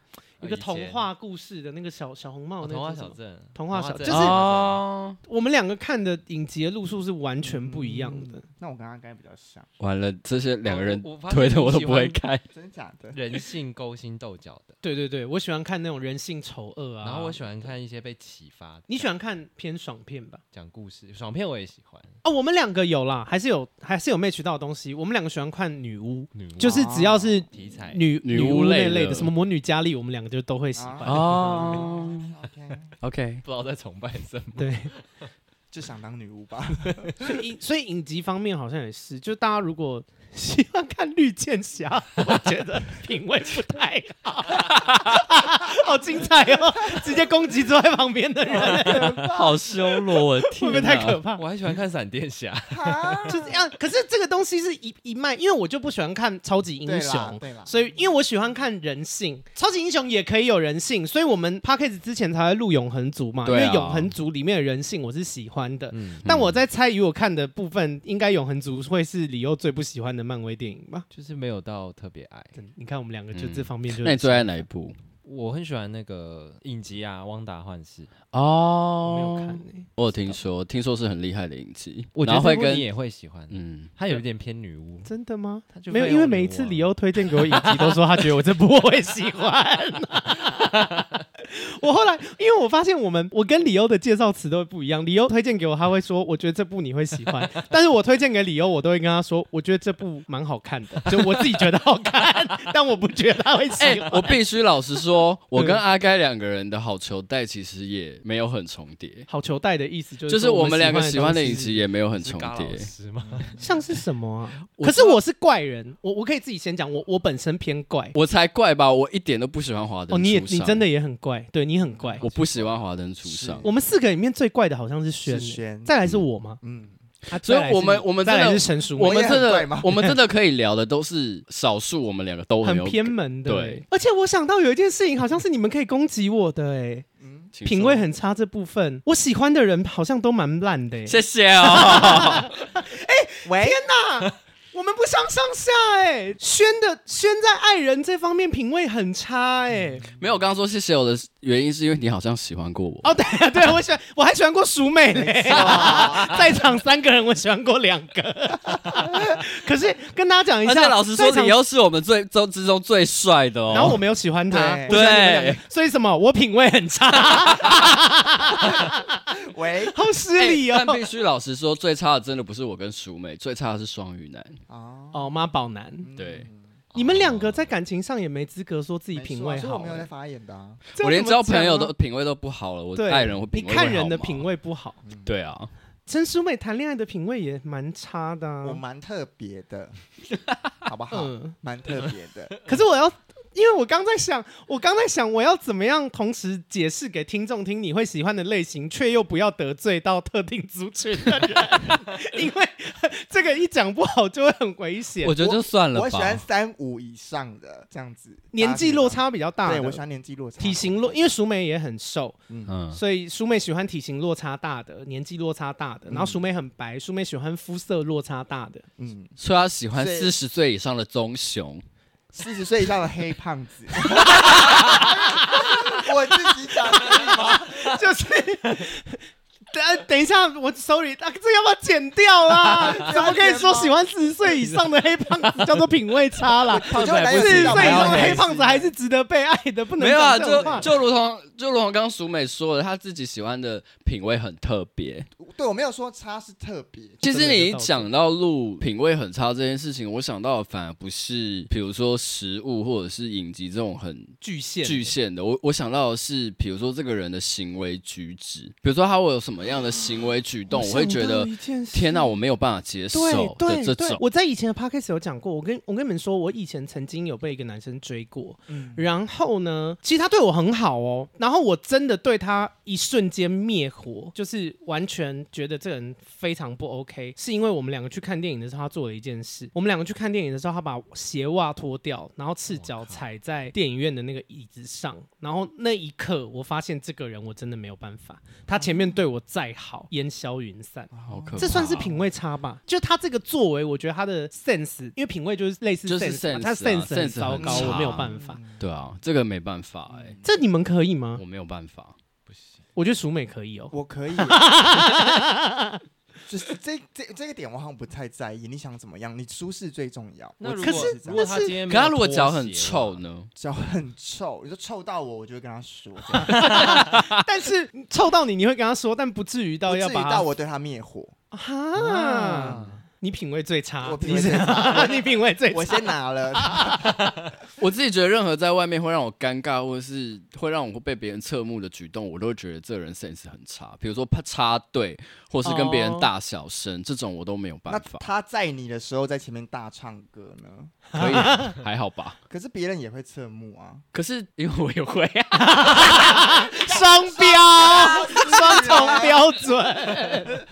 Speaker 1: 一
Speaker 4: 呃
Speaker 1: 个
Speaker 4: 以前
Speaker 1: 童话故事的那个小小红帽
Speaker 4: 哦
Speaker 1: 那个
Speaker 4: 童话
Speaker 1: 叫什
Speaker 4: 小
Speaker 1: 么
Speaker 4: 镇，
Speaker 1: 童话小
Speaker 4: 镇
Speaker 1: 就是
Speaker 4: 哦
Speaker 2: 哦，
Speaker 1: 我们两个看的影集的路数是完全不一样的。
Speaker 3: 嗯那我跟他应该比较像，
Speaker 2: 完了，这些两个人
Speaker 4: 我我发现
Speaker 2: 推的
Speaker 4: 你
Speaker 2: 我都
Speaker 4: 喜
Speaker 2: 不会
Speaker 4: 欢
Speaker 2: 看，
Speaker 3: 真的假的？
Speaker 4: 人性勾心斗角的，
Speaker 1: 对对对，我喜欢看那种人性丑恶啊。
Speaker 4: 然后我喜欢看一些被启发的，
Speaker 1: 你喜欢看偏爽片吧？
Speaker 4: 讲故事，爽片我也喜欢。
Speaker 1: 哦，我们两个有啦，还是有还是有 match 到的东西。我们两个喜欢看女巫，
Speaker 4: 女巫
Speaker 1: 就是只要是
Speaker 4: 题材，
Speaker 1: 女
Speaker 2: 女巫
Speaker 1: 巫那
Speaker 2: 类的
Speaker 1: 类的，什么魔女佳丽，我们两个就都会喜欢。
Speaker 3: 啊
Speaker 2: 哦
Speaker 3: OK，
Speaker 2: ，OK，
Speaker 4: 不知道在崇拜什么。
Speaker 1: 对，
Speaker 3: 就想当女巫吧。
Speaker 1: 所以所以影集方面好像也是，就大家如果 喜欢看绿箭侠，我觉得品味不太 好，好精彩哦！直接攻击坐在旁边的人，
Speaker 2: 好羞辱，我的
Speaker 1: 会
Speaker 2: 天
Speaker 1: 不
Speaker 2: 哪，
Speaker 1: 会太可怕？
Speaker 4: 我还喜欢看闪电侠，
Speaker 1: 就是这样。可是这个东西是一一脉，因为我就不喜欢看超级英
Speaker 3: 对啦，
Speaker 1: 雄。
Speaker 3: 对啦，
Speaker 1: 所以，因为我喜欢看人性，超级英雄也可以有人性，所以我们 p a c k a g e 之前才会录《永恒族》嘛，因
Speaker 2: 对啊
Speaker 1: 为《永恒族》里面的人性我是喜欢的。
Speaker 4: 嗯，
Speaker 1: 但我在猜，以我看的部分，应该《永恒族》会是李欧最不喜欢的漫威电影吧？
Speaker 4: 就是没有到特别爱。
Speaker 1: 真你看我们两个就这方面就、
Speaker 2: 嗯那你最爱哪一部？
Speaker 4: 我很喜欢那个影集啊，《汪达幻视》，
Speaker 1: 我
Speaker 2: 哦
Speaker 1: 没有看、欸，
Speaker 2: 我有听说，听说是很厉害的影集，
Speaker 4: 我觉
Speaker 2: 然
Speaker 4: 得
Speaker 2: 后会
Speaker 4: 这部
Speaker 2: 跟
Speaker 4: 你也会喜欢。
Speaker 2: 嗯，
Speaker 4: 它有一点偏女巫，
Speaker 1: 真的吗？
Speaker 4: 它就
Speaker 1: 没有，
Speaker 4: 非
Speaker 1: 因为
Speaker 4: 常
Speaker 1: 每一
Speaker 4: 巫
Speaker 1: 次
Speaker 4: 啊
Speaker 1: 李欧推荐给我影集，都说他觉得我这部我会喜欢。 我后来，因为我发现我们我跟李欧的介绍词都不一样。李欧推荐给我，他会说我觉得这部你会喜 欢，但是我推荐给李欧，我都会跟他说我觉得这部蛮好看 的，就我自己觉得好看，但我不觉得他会喜
Speaker 2: 哎、
Speaker 1: 欢。
Speaker 2: 我必须老 实说，我
Speaker 1: 嗯
Speaker 2: 跟阿该两个人的好球带其实也没有很重叠，
Speaker 1: 好球带的意思就是
Speaker 2: 就是
Speaker 1: 说
Speaker 2: 我
Speaker 1: 我
Speaker 2: 们两个喜欢的
Speaker 1: 东西
Speaker 2: 影集也没有很
Speaker 4: 是
Speaker 2: 重
Speaker 4: 嘎老
Speaker 2: 叠。
Speaker 4: 师吗？
Speaker 1: 像是什么啊？
Speaker 2: 我
Speaker 1: 可是我是怪人，我我可以自己先讲，我我本身偏怪。
Speaker 2: 我才怪吧，我一点都不喜欢华灯
Speaker 1: 哦，你也
Speaker 2: 初
Speaker 1: 你
Speaker 2: 上。
Speaker 1: 真的也很怪，对你很怪。
Speaker 2: 我不喜欢华灯初上
Speaker 3: 是，
Speaker 1: 我们四个里面最怪的好像是轩
Speaker 3: 是
Speaker 1: 欸，
Speaker 3: 轩，
Speaker 1: 再来是我吗？
Speaker 3: 嗯，
Speaker 1: 啊
Speaker 2: 所以
Speaker 1: 再来是
Speaker 2: 我们我们
Speaker 1: 再
Speaker 2: 真
Speaker 1: 来
Speaker 2: 的
Speaker 1: 是陈淑
Speaker 2: 我
Speaker 1: 梅，
Speaker 2: 们真
Speaker 3: 我也很怪
Speaker 2: 的
Speaker 3: 吗
Speaker 2: 我们真的可以聊的都是少数，我们两个都
Speaker 1: 很
Speaker 2: 有
Speaker 1: 偏门的。
Speaker 2: 对，
Speaker 1: 而且我想到有一件事情，好像是你们可以攻击我的，哎，
Speaker 3: 嗯
Speaker 2: 请
Speaker 1: 品味
Speaker 2: 说。
Speaker 1: 很差这部分，我喜欢的人好像都蛮烂的，哎，
Speaker 2: 谢谢哦，
Speaker 3: 喂，
Speaker 1: 我们不相上下，哎，轩的轩在爱人这方面品味很差，哎，
Speaker 2: 没有，我刚刚说谢谢我的原因是因为你好像喜欢过我，
Speaker 1: 哦，对啊 对啊，我喜欢，我还喜欢过淑美欸嘞， 在场三个人我喜欢过两个， 可是跟大家讲一
Speaker 2: 而
Speaker 1: 下，
Speaker 2: 且老实说，
Speaker 1: 在场
Speaker 2: 你又是我们最中之中最帅的哦。
Speaker 1: 然后我没有喜欢他，
Speaker 3: 对
Speaker 1: 我喜欢你们两个
Speaker 2: 对，
Speaker 1: 所以什么我品味很 差，
Speaker 3: 喂，
Speaker 1: 好失礼
Speaker 2: 哎但
Speaker 1: 哦。
Speaker 2: 必须老实说，最差的真的不是我跟淑美，最差的是双鱼男。哎
Speaker 3: 哦，
Speaker 1: 哦，妈宝男，
Speaker 2: 对，
Speaker 1: 你们两个在感情上也没资格说自己品味
Speaker 3: 没错啊所以我
Speaker 1: 好
Speaker 3: 没，有在发言的啊，
Speaker 1: 这要
Speaker 2: 我连
Speaker 1: 怎么
Speaker 2: 交朋友
Speaker 1: 讲
Speaker 2: 都
Speaker 1: 啊
Speaker 2: 品味都不好了，我
Speaker 1: 对
Speaker 2: 爱人我品
Speaker 1: 你
Speaker 2: 味
Speaker 1: 看人的品
Speaker 2: 味
Speaker 1: 味不好，
Speaker 2: 好吗，对啊，
Speaker 1: 陈淑美谈恋爱的品味也蛮差的啊
Speaker 3: 我。蛮特别的，好不好？
Speaker 1: 嗯，
Speaker 3: 蛮特别 的，
Speaker 1: 可是我要。因为我刚在想，我刚在想，我要怎么样同时解释给听众听你会喜欢的类型，却又不要得罪到特定族群的人， 因为这个一讲不好就会很危险。
Speaker 4: 我觉得就算了吧。
Speaker 3: 我喜欢三五以上的这样子，
Speaker 1: 年纪落，差比较大的，
Speaker 3: 对我喜欢年纪落差，
Speaker 1: 体型落，因为淑美也很瘦，
Speaker 2: 嗯，
Speaker 1: 所以淑美喜欢体型落差大的，年纪落差大的。然后淑美很白，淑美喜欢肤色落差大的。
Speaker 3: 嗯，
Speaker 2: 所以他喜欢
Speaker 3: 所以
Speaker 2: 四十岁以上的棕熊。
Speaker 3: 四十岁以上的黑胖 子。 我自己讲的，
Speaker 1: 就是等呃等一下，我 sorry，啊，这要不要剪掉 啦？怎么可以说喜欢四十岁以上的黑胖子叫做品味差 啦？
Speaker 3: 我就
Speaker 1: 四
Speaker 3: 来
Speaker 1: 十岁以
Speaker 3: 到
Speaker 1: 上的黑
Speaker 3: 黑
Speaker 1: 胖子还是值得被爱的，不能
Speaker 2: 没有啊，
Speaker 1: 讲这种话
Speaker 2: 就就如同就如同刚刚淑美说的，她自己喜欢的品味很特别。
Speaker 3: 对我没有说差是特别，
Speaker 2: 其实你一讲到录品味很差这件事情，我想到的反而不是比如说食物或者是影集这种很
Speaker 1: 巨限
Speaker 2: 局限的。我我想到的是，比如说这个人的行为举止，比如说他会有什么样的行为举动，我会觉得天哪，
Speaker 1: 哪，
Speaker 2: 我没有办法接受
Speaker 1: 对
Speaker 2: 的这
Speaker 1: 对对
Speaker 2: 种，。
Speaker 1: 我在以前的 podcast 有讲过，我跟我跟你们说，我以前曾经有被一个男生追过，
Speaker 3: 嗯
Speaker 1: 然后呢，其实他对我很好哦，然后我真的对他一瞬间灭火，就是完全觉得这个人非常不 OK，是因为我们两个去看电影的时候，他做了一件事，我们两个去看电影的时候，他把鞋袜脱掉，然后赤脚踩在电影院的那个椅子上，然后那一刻我发现这个人我真的没有办法，他前面对我再好，烟消云散。
Speaker 2: 好可怕！啊
Speaker 1: 这算是品味差吧？就他这个作为，我觉得他的 sense，因为品味就是类似
Speaker 2: 就是
Speaker 1: sense，嘛
Speaker 2: sense
Speaker 1: 他
Speaker 2: 啊
Speaker 1: sense 很
Speaker 2: sense
Speaker 1: 糟糕，
Speaker 2: 很差
Speaker 1: 我没有办法。
Speaker 2: 对啊，这个没办法哎、
Speaker 1: 这你们可以吗
Speaker 3: 嗯
Speaker 2: 我？没有办法。
Speaker 1: 我觉得淑美可以哦。
Speaker 3: 我可以。就是这这这个点，我好像不太在意。你想怎么样？你舒适最重要。
Speaker 4: 那
Speaker 3: 我
Speaker 4: 如
Speaker 1: 可
Speaker 4: 果
Speaker 1: 是
Speaker 4: 如果他
Speaker 1: 但是
Speaker 4: 今天
Speaker 2: 可
Speaker 4: 嗯没有
Speaker 2: 他如果
Speaker 4: 脱
Speaker 2: 脚很
Speaker 4: 鞋
Speaker 2: 臭
Speaker 4: 啦，
Speaker 2: 呢？
Speaker 3: 脚很臭，你说臭到我，我就会跟 他说，
Speaker 1: 但是凑到你，你会跟他说，但不至于
Speaker 3: 不
Speaker 1: 到
Speaker 3: 至
Speaker 1: 要
Speaker 3: 于
Speaker 1: 把
Speaker 3: 到我对他灭火。
Speaker 1: 哈，你品味最差
Speaker 3: 我，品
Speaker 1: 啊你
Speaker 3: 味
Speaker 1: 是
Speaker 3: 最
Speaker 1: 你品味最
Speaker 3: 我
Speaker 1: 差。
Speaker 3: 先 拿了，
Speaker 2: 我自己觉得任何在外面会让我尴尬，或者是会让我被别人侧目的举动，我都会觉得这人 sense 很差。比如说啪插队，或是跟别人大小声，这种我都没有
Speaker 3: 那
Speaker 2: 办法。
Speaker 3: 他在你的时候在前面大唱歌呢，
Speaker 2: 可以还好吧？
Speaker 3: 可是别人也会侧目啊。
Speaker 2: 可是因为我也会啊，
Speaker 1: 双 标，啊双重标准。
Speaker 3: 啊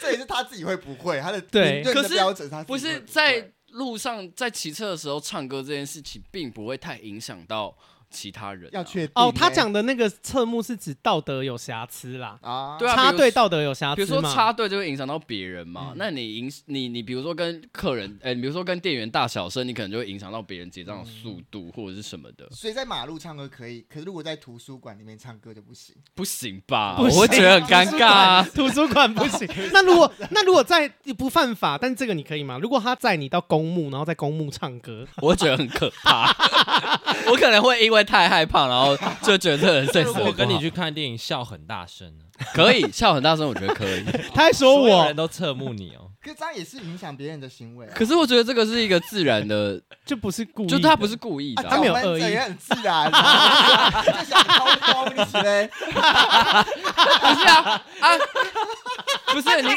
Speaker 3: 这也是他自己会不会，他的
Speaker 1: 对
Speaker 3: 评论
Speaker 2: 可
Speaker 3: 的
Speaker 2: 是
Speaker 3: 标准他
Speaker 2: 不
Speaker 3: 自己会
Speaker 2: 是
Speaker 3: 不会
Speaker 2: 在路上在骑车的时候唱歌这件事情，并不会太影响到其他人啊、
Speaker 3: 要确定
Speaker 1: 哦，他
Speaker 3: 欸
Speaker 1: 讲的那个侧目是指道德有瑕疵啦，
Speaker 3: 啊，
Speaker 2: 对啊，
Speaker 1: 插
Speaker 2: 比如
Speaker 1: 队道德有瑕
Speaker 2: 比
Speaker 1: 疵
Speaker 2: 如说
Speaker 1: 嘛
Speaker 2: 插队就会影响到别人嘛，那你影你你比如说跟客人，哎、比如说跟店员大小声，你可能就会影响到别人结账的速度或者是什么的，
Speaker 3: 所以在马路唱歌可以，可是如果在图书馆里面唱歌就不行。
Speaker 2: 不行吧？
Speaker 1: 不行
Speaker 2: 我会觉得很尴尬 啊。
Speaker 1: 图书馆不行。那如果那如果在不犯法，但这个你可以吗？如果他载你到公墓，然后在公墓唱歌，
Speaker 2: 我会觉得很可怕， 我可能会因为太害怕，然后就觉得这人
Speaker 4: 那
Speaker 2: 在
Speaker 4: 如
Speaker 2: 死
Speaker 4: 果跟你去看电影笑很大声呢，
Speaker 2: 可以笑很大声，我觉得可 以。
Speaker 1: 他还说
Speaker 4: 所有人
Speaker 1: 我
Speaker 4: 都侧目你哦。
Speaker 3: 可是这样也是影响别人的行为啊。
Speaker 2: 可是我觉得这个是一个自然的，就
Speaker 1: 就不是故意的，
Speaker 2: 就他不是故意的
Speaker 1: 他
Speaker 2: 啊、
Speaker 1: 没有
Speaker 3: 啊
Speaker 1: 恶意
Speaker 3: 这也很自然啊， 就想掏包你起 来。
Speaker 2: 不是啊啊，不是你，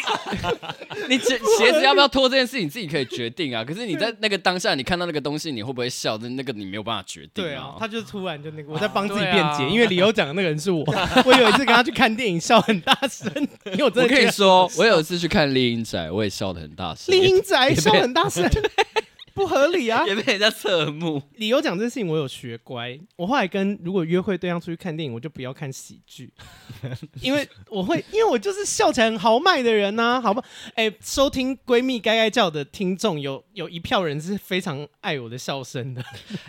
Speaker 2: 你 鞋鞋子要不要脱这件事，你自己可以决定啊。可是你在那个当下，你看到那个东西，你会不会笑？那那个你没有办法决定
Speaker 1: 对啊，他就突然就那个，我在帮自己
Speaker 2: 哦对
Speaker 1: 辩
Speaker 2: 啊
Speaker 1: 解，因为理由讲的那个人是 我。我有一次跟他去看电影，笑很大声，因为我真的
Speaker 2: 我可
Speaker 1: 觉
Speaker 2: 以
Speaker 1: 得
Speaker 2: 说，我有一次去看《丽英仔》，我也笑得很大声，
Speaker 1: 丽英仔
Speaker 2: 也被
Speaker 1: 笑很大声， 不合理啊！
Speaker 2: 也被人家侧 目。
Speaker 1: 理由讲这件事情，我有学乖。我后来跟如果约会对象出去看电影，我就不要看喜 剧，因为我会，因为我就是笑起来很豪迈的人呐、好不好？哎、收听闺蜜该该叫的听众有有一票人是非常爱我的笑声的，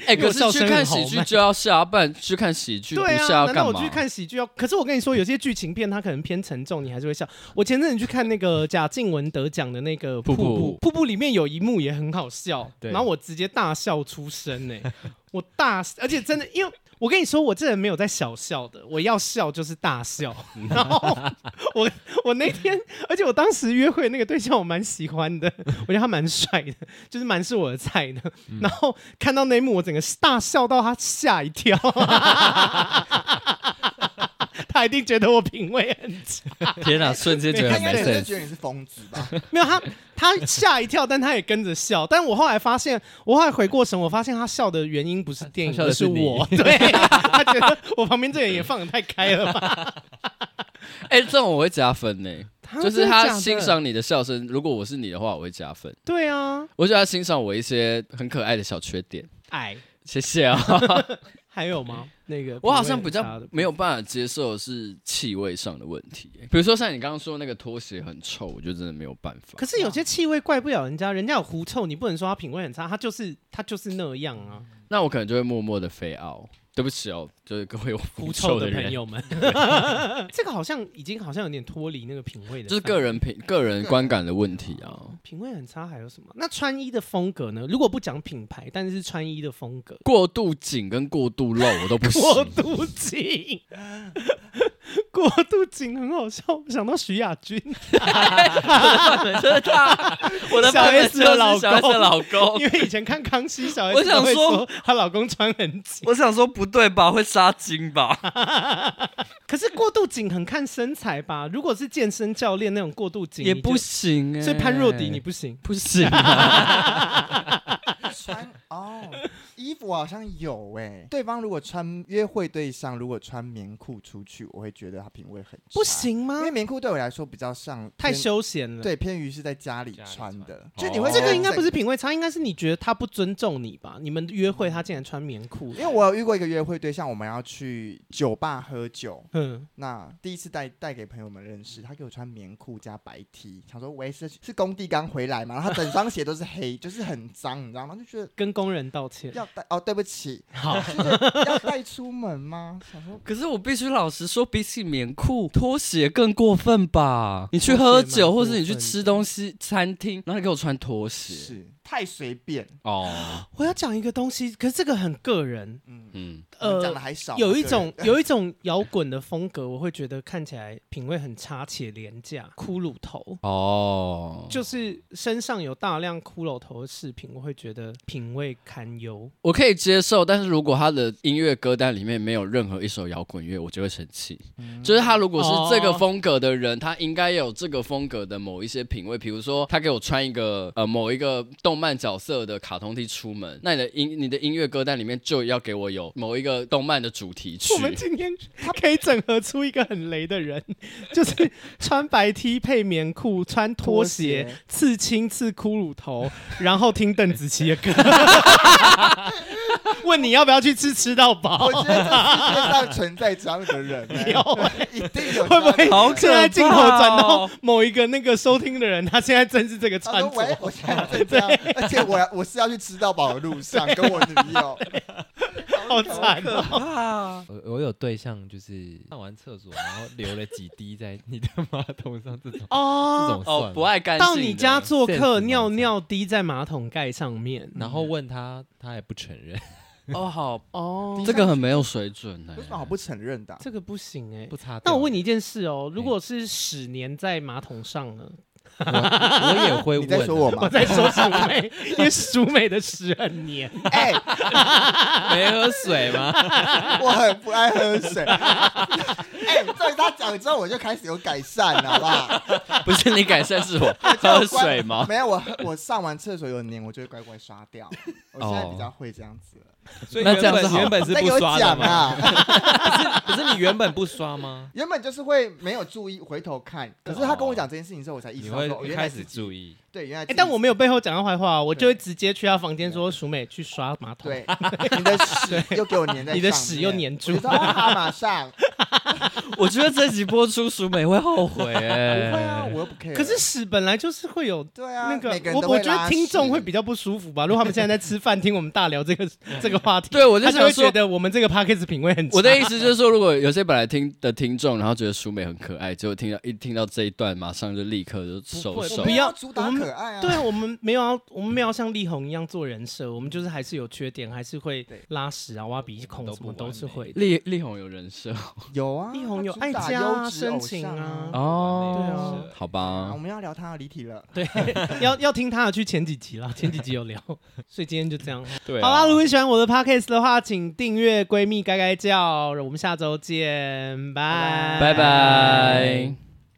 Speaker 2: 哎、
Speaker 1: 因为我
Speaker 2: 可
Speaker 1: 笑
Speaker 2: 是
Speaker 1: 声
Speaker 2: 去
Speaker 1: 很
Speaker 2: 看喜
Speaker 1: 豪
Speaker 2: 剧
Speaker 1: 迈
Speaker 2: 就要笑，不然去看喜剧不
Speaker 1: 对
Speaker 2: 笑
Speaker 1: 啊。
Speaker 2: 要
Speaker 1: 难
Speaker 2: 干
Speaker 1: 道
Speaker 2: 嘛？
Speaker 1: 我去看喜剧要？可是我跟你说，有些剧情片它可能偏沉重，你还是会笑。我前阵子去看那个贾静雯得奖的那个瀑
Speaker 2: 瀑
Speaker 1: 布，
Speaker 2: 布
Speaker 1: 瀑布里面有一幕也很好笑，
Speaker 4: 对
Speaker 1: 然后我直接大笑出声呢、 我大，而且真的，因为我跟你说，我这人没有在小笑的，我要笑就是大笑。然后我我那天，而且我当时约会那个对象我蛮喜欢的， 我觉得他蛮帅的，就是蛮是我的菜的。然后看到那一幕，我整个大笑到他吓一跳， 他一定觉得我品味很差。
Speaker 2: 天哪、瞬间觉得
Speaker 3: 他
Speaker 2: 很
Speaker 3: 应
Speaker 2: 没
Speaker 3: 该只是
Speaker 2: sense。
Speaker 3: 觉得你是疯子吧？
Speaker 1: 没有他，他吓一跳，但他也跟着笑。但我后来发现，我后来回过神，我发现他笑的原因不是电影，
Speaker 4: 他笑
Speaker 1: 而
Speaker 4: 的
Speaker 1: 是
Speaker 4: 是你
Speaker 1: 我。 对，他觉得我旁边这个人也放的太开了吧？
Speaker 2: 哎、这种我会加分呢、
Speaker 1: 他
Speaker 2: 就
Speaker 1: 啊
Speaker 2: 是
Speaker 1: 真的
Speaker 2: 他
Speaker 1: 假的
Speaker 2: 欣赏你的笑声，如果我是你的话，我会加分。
Speaker 1: 对啊，
Speaker 2: 我觉得他欣赏我一些很可爱的小缺点。
Speaker 1: 矮
Speaker 2: 谢 谢啊！
Speaker 1: 哎还有吗？那个
Speaker 2: 我好像比
Speaker 1: 品味很差
Speaker 2: 较
Speaker 1: 的
Speaker 2: 没有办法接受的是气味上的问题，欸比如说像你刚刚说那个拖鞋很臭，我就真的没有办法
Speaker 1: 可。是有些气味怪不了人家，人家有狐臭，你不能说他品味很差，他就是他就是那样啊。
Speaker 2: 那我可能就会默默的飞傲，对不起哦，就是各位有
Speaker 1: 狐
Speaker 2: 狐
Speaker 1: 臭
Speaker 2: 臭
Speaker 1: 的
Speaker 2: 的
Speaker 1: 朋
Speaker 2: 人，
Speaker 1: 友们， 这个好像已经好像有点脱离那个品味的范围，
Speaker 2: 就是个人品、个人观感的问题啊。
Speaker 1: 品味很差，还有什么？那穿衣的风格呢？如果不讲品牌，但是穿衣的风格，
Speaker 2: 过度紧跟过度露我都不行，
Speaker 1: 过度紧， 过度紧很好笑，我想到徐亚军，
Speaker 2: 真的啊，我的
Speaker 1: 小
Speaker 2: 版本
Speaker 1: S
Speaker 2: 就是
Speaker 1: 的老
Speaker 2: 小 S
Speaker 1: 公
Speaker 2: 的老公
Speaker 1: 因，为以前看康熙小 S，
Speaker 2: 我想
Speaker 1: 都会
Speaker 2: 说
Speaker 1: 说她老公穿很紧，
Speaker 2: 我想说不对吧，会杀精吧？
Speaker 1: 可是过度紧很看身材吧？如果是健身教练那种过度紧
Speaker 2: 也
Speaker 1: 你就
Speaker 2: 不行哎、
Speaker 1: 所以潘若迪你不行。
Speaker 2: 不 行、啊，
Speaker 3: 穿哦，衣服好像有哎、对方如果穿约会对象如果穿棉裤出去，我会觉得他品味很差
Speaker 1: 不，行吗
Speaker 3: 因？为棉裤对我来说比较像
Speaker 1: 太
Speaker 3: 偏，
Speaker 1: 休闲了。，
Speaker 3: 对，偏于是在家里
Speaker 4: 家里
Speaker 3: 穿
Speaker 4: 穿
Speaker 3: 的
Speaker 4: 哦，
Speaker 3: 就你会
Speaker 1: 这
Speaker 3: 觉
Speaker 1: 个
Speaker 3: 得
Speaker 1: 应该不是品味差，应该是你觉得他不尊重你吧？你们约会他竟然穿棉裤，
Speaker 3: 因为我有遇过一个约会对象，我们要去酒吧喝酒。
Speaker 1: 嗯，
Speaker 3: 那第一次带带给朋友们认识，他给我穿棉裤加白 T，想说喂是是工地刚回来嘛，然后他整双鞋都是黑， 就是很脏，你知道吗？就觉得
Speaker 1: 跟工人道歉。
Speaker 3: 要带哦，对不起，
Speaker 1: 好，
Speaker 3: 就是要带出门吗？想说
Speaker 2: 可是我必须老实说，比起棉裤，拖鞋更过分吧？你去喝酒，
Speaker 1: 拖
Speaker 2: 或
Speaker 1: 鞋蛮过分的
Speaker 2: 是你去吃东西、餐厅，然后你给我穿拖鞋，
Speaker 3: 是太随便，
Speaker 2: 哦，
Speaker 1: 我要讲一个东西，可是这个很个人，
Speaker 3: 嗯，
Speaker 2: 嗯，
Speaker 1: 呃
Speaker 3: 你讲的还少吗，
Speaker 1: 有一
Speaker 3: 个人
Speaker 1: 种有一种摇滚的风格，我会觉得看起来品味很差且廉价。骷髅头
Speaker 2: 哦，
Speaker 1: 就是身上有大量骷髅头的饰品，我会觉得品味堪忧。
Speaker 2: 我可以接受，但是如果他的音乐歌单里面没有任何一首摇滚乐，我就会生气。
Speaker 1: 嗯
Speaker 2: 就是他如果是这个风格的人，他应该有这个风格的某一些品味，比如说他给我穿一个呃某一个动漫角色的卡通 T 出门，那你的音你的音乐歌单里面就要给我有某一个动漫的主题 曲
Speaker 1: 我。们今天可以整合出一个很雷的人，就是穿白 T 配棉裤，穿拖鞋
Speaker 3: 拖鞋，
Speaker 1: 刺青刺骷髅头，然后听邓紫棋的歌。 问你要不要去吃吃到饱
Speaker 2: 哦
Speaker 3: 我？觉得这世界上存在这样的人、欸，
Speaker 1: 有
Speaker 3: 一定有这样的人，
Speaker 1: 啊会不会
Speaker 2: 好可怕哦
Speaker 1: 现在镜头转到某一个那个收听的人，他现在正是这个
Speaker 3: 他
Speaker 1: 穿
Speaker 3: 说：“喂
Speaker 1: 着，，
Speaker 3: 我现在在这样，而且我要我是要去吃到饱的路上，跟我女友。
Speaker 1: 好惨哦！
Speaker 4: 我我有对象就是上完厕所然后流了几滴在你的马桶上，这种这
Speaker 1: 哦
Speaker 4: 种，算
Speaker 2: 哦
Speaker 4: 吗，
Speaker 2: 不爱干净
Speaker 1: 到
Speaker 2: 的。
Speaker 1: 你家做客，
Speaker 4: Sense
Speaker 1: 尿尿滴在马桶盖上面，
Speaker 4: 然后问他，他也不承认，
Speaker 2: 哦，好，
Speaker 1: 哦，
Speaker 2: 这个很没有水准欸呢、
Speaker 3: 有什么好不承认的啊、
Speaker 1: 这个不行哎
Speaker 4: 不。擦掉。
Speaker 1: 那我问你一件事哦，如果是屎粘在马桶上呢？
Speaker 4: 我，我也会
Speaker 3: 你
Speaker 4: 问啊。
Speaker 3: 在说我吗
Speaker 1: 我？在说淑 美，因为淑美的屎很黏。
Speaker 3: 哎、
Speaker 4: 没喝水吗？
Speaker 3: 我很不爱喝水。 哎、所以他讲之后，我就开始有改善了，好不好？
Speaker 2: 不是你改善是我 喝水吗？
Speaker 3: 没有，我我上完厕所有黏，我就会乖乖刷掉。我现在比较会这样子了。
Speaker 4: 所以
Speaker 2: 那
Speaker 4: 原
Speaker 2: 这样是
Speaker 4: 本
Speaker 2: 好
Speaker 4: 原哦本是
Speaker 3: 再给
Speaker 4: 不
Speaker 3: 我
Speaker 4: 刷的
Speaker 3: 讲
Speaker 4: 吗？
Speaker 3: 啊，
Speaker 4: 可是你原本不刷 吗？
Speaker 3: 原本就是会没有注意回头看，可是他跟我讲这件事情之后，我才意
Speaker 4: 你
Speaker 3: 识到说，哦
Speaker 4: 会
Speaker 3: 原来
Speaker 4: 开
Speaker 3: 自
Speaker 4: 始
Speaker 3: 己
Speaker 4: 注意，
Speaker 3: 对，原来自
Speaker 1: 哎，
Speaker 3: 己
Speaker 1: 但我没有背后讲他坏话哦，我就会直接去他房间说：“淑美，去刷 马桶。”
Speaker 3: 对你的屎又给我粘在，
Speaker 1: 你的屎又粘住
Speaker 3: 我就说啊好 马上。
Speaker 2: 我觉得这集播出，淑美会后悔哎、
Speaker 3: 不会啊，我又不 care。
Speaker 1: 可是屎本来就是会有
Speaker 3: 对啊，
Speaker 1: 那个
Speaker 3: 每个，人
Speaker 1: 我
Speaker 3: 都
Speaker 1: 我
Speaker 3: 会
Speaker 1: 觉得
Speaker 3: 拉
Speaker 1: 听众
Speaker 3: 屎
Speaker 1: 会比较不舒服吧。如果他们现在在吃饭听我们大聊这 个这个话题，
Speaker 2: 对我就
Speaker 1: 他就
Speaker 2: 想
Speaker 1: 会
Speaker 2: 说
Speaker 1: 觉，得我们这个 p a c k a g e 品味很差。
Speaker 2: 我的意思就是说，如果有些本来听的听众，然后觉得淑美很可爱，结果听到一听到这一段，马上就立刻就收
Speaker 1: 不
Speaker 3: 我
Speaker 2: 手
Speaker 1: 不
Speaker 3: 们。
Speaker 1: 要
Speaker 3: 主
Speaker 1: 我
Speaker 3: 打
Speaker 1: 们
Speaker 3: 可爱啊。
Speaker 1: 对啊，我们没有要，我们没有要像力宏一样做人设，我们就是还是有缺点，还是会
Speaker 3: 对
Speaker 1: 拉屎啊、挖鼻孔
Speaker 4: 都
Speaker 1: 什
Speaker 4: 不
Speaker 1: 么
Speaker 4: 完
Speaker 1: 都是会的。
Speaker 2: 力力宏有人设
Speaker 3: 有啊，
Speaker 1: 力宏有
Speaker 3: 他主打
Speaker 1: 爱家啊
Speaker 3: 优质
Speaker 1: 深
Speaker 3: 偶
Speaker 1: 情
Speaker 3: 像
Speaker 1: 啊
Speaker 3: 啊。
Speaker 1: 哦对啊
Speaker 2: 好
Speaker 3: 啊
Speaker 2: 吧
Speaker 3: 我，们要聊他的离体了，
Speaker 1: 对，要要听他的去前几集啦，前几集有聊， 所以今天就这样。
Speaker 2: 对
Speaker 1: 好啦，如
Speaker 2: 啊
Speaker 1: 果你喜欢我的 podcast 的话，请订阅《闺蜜该该叫》，我们下周见，拜
Speaker 2: 拜拜。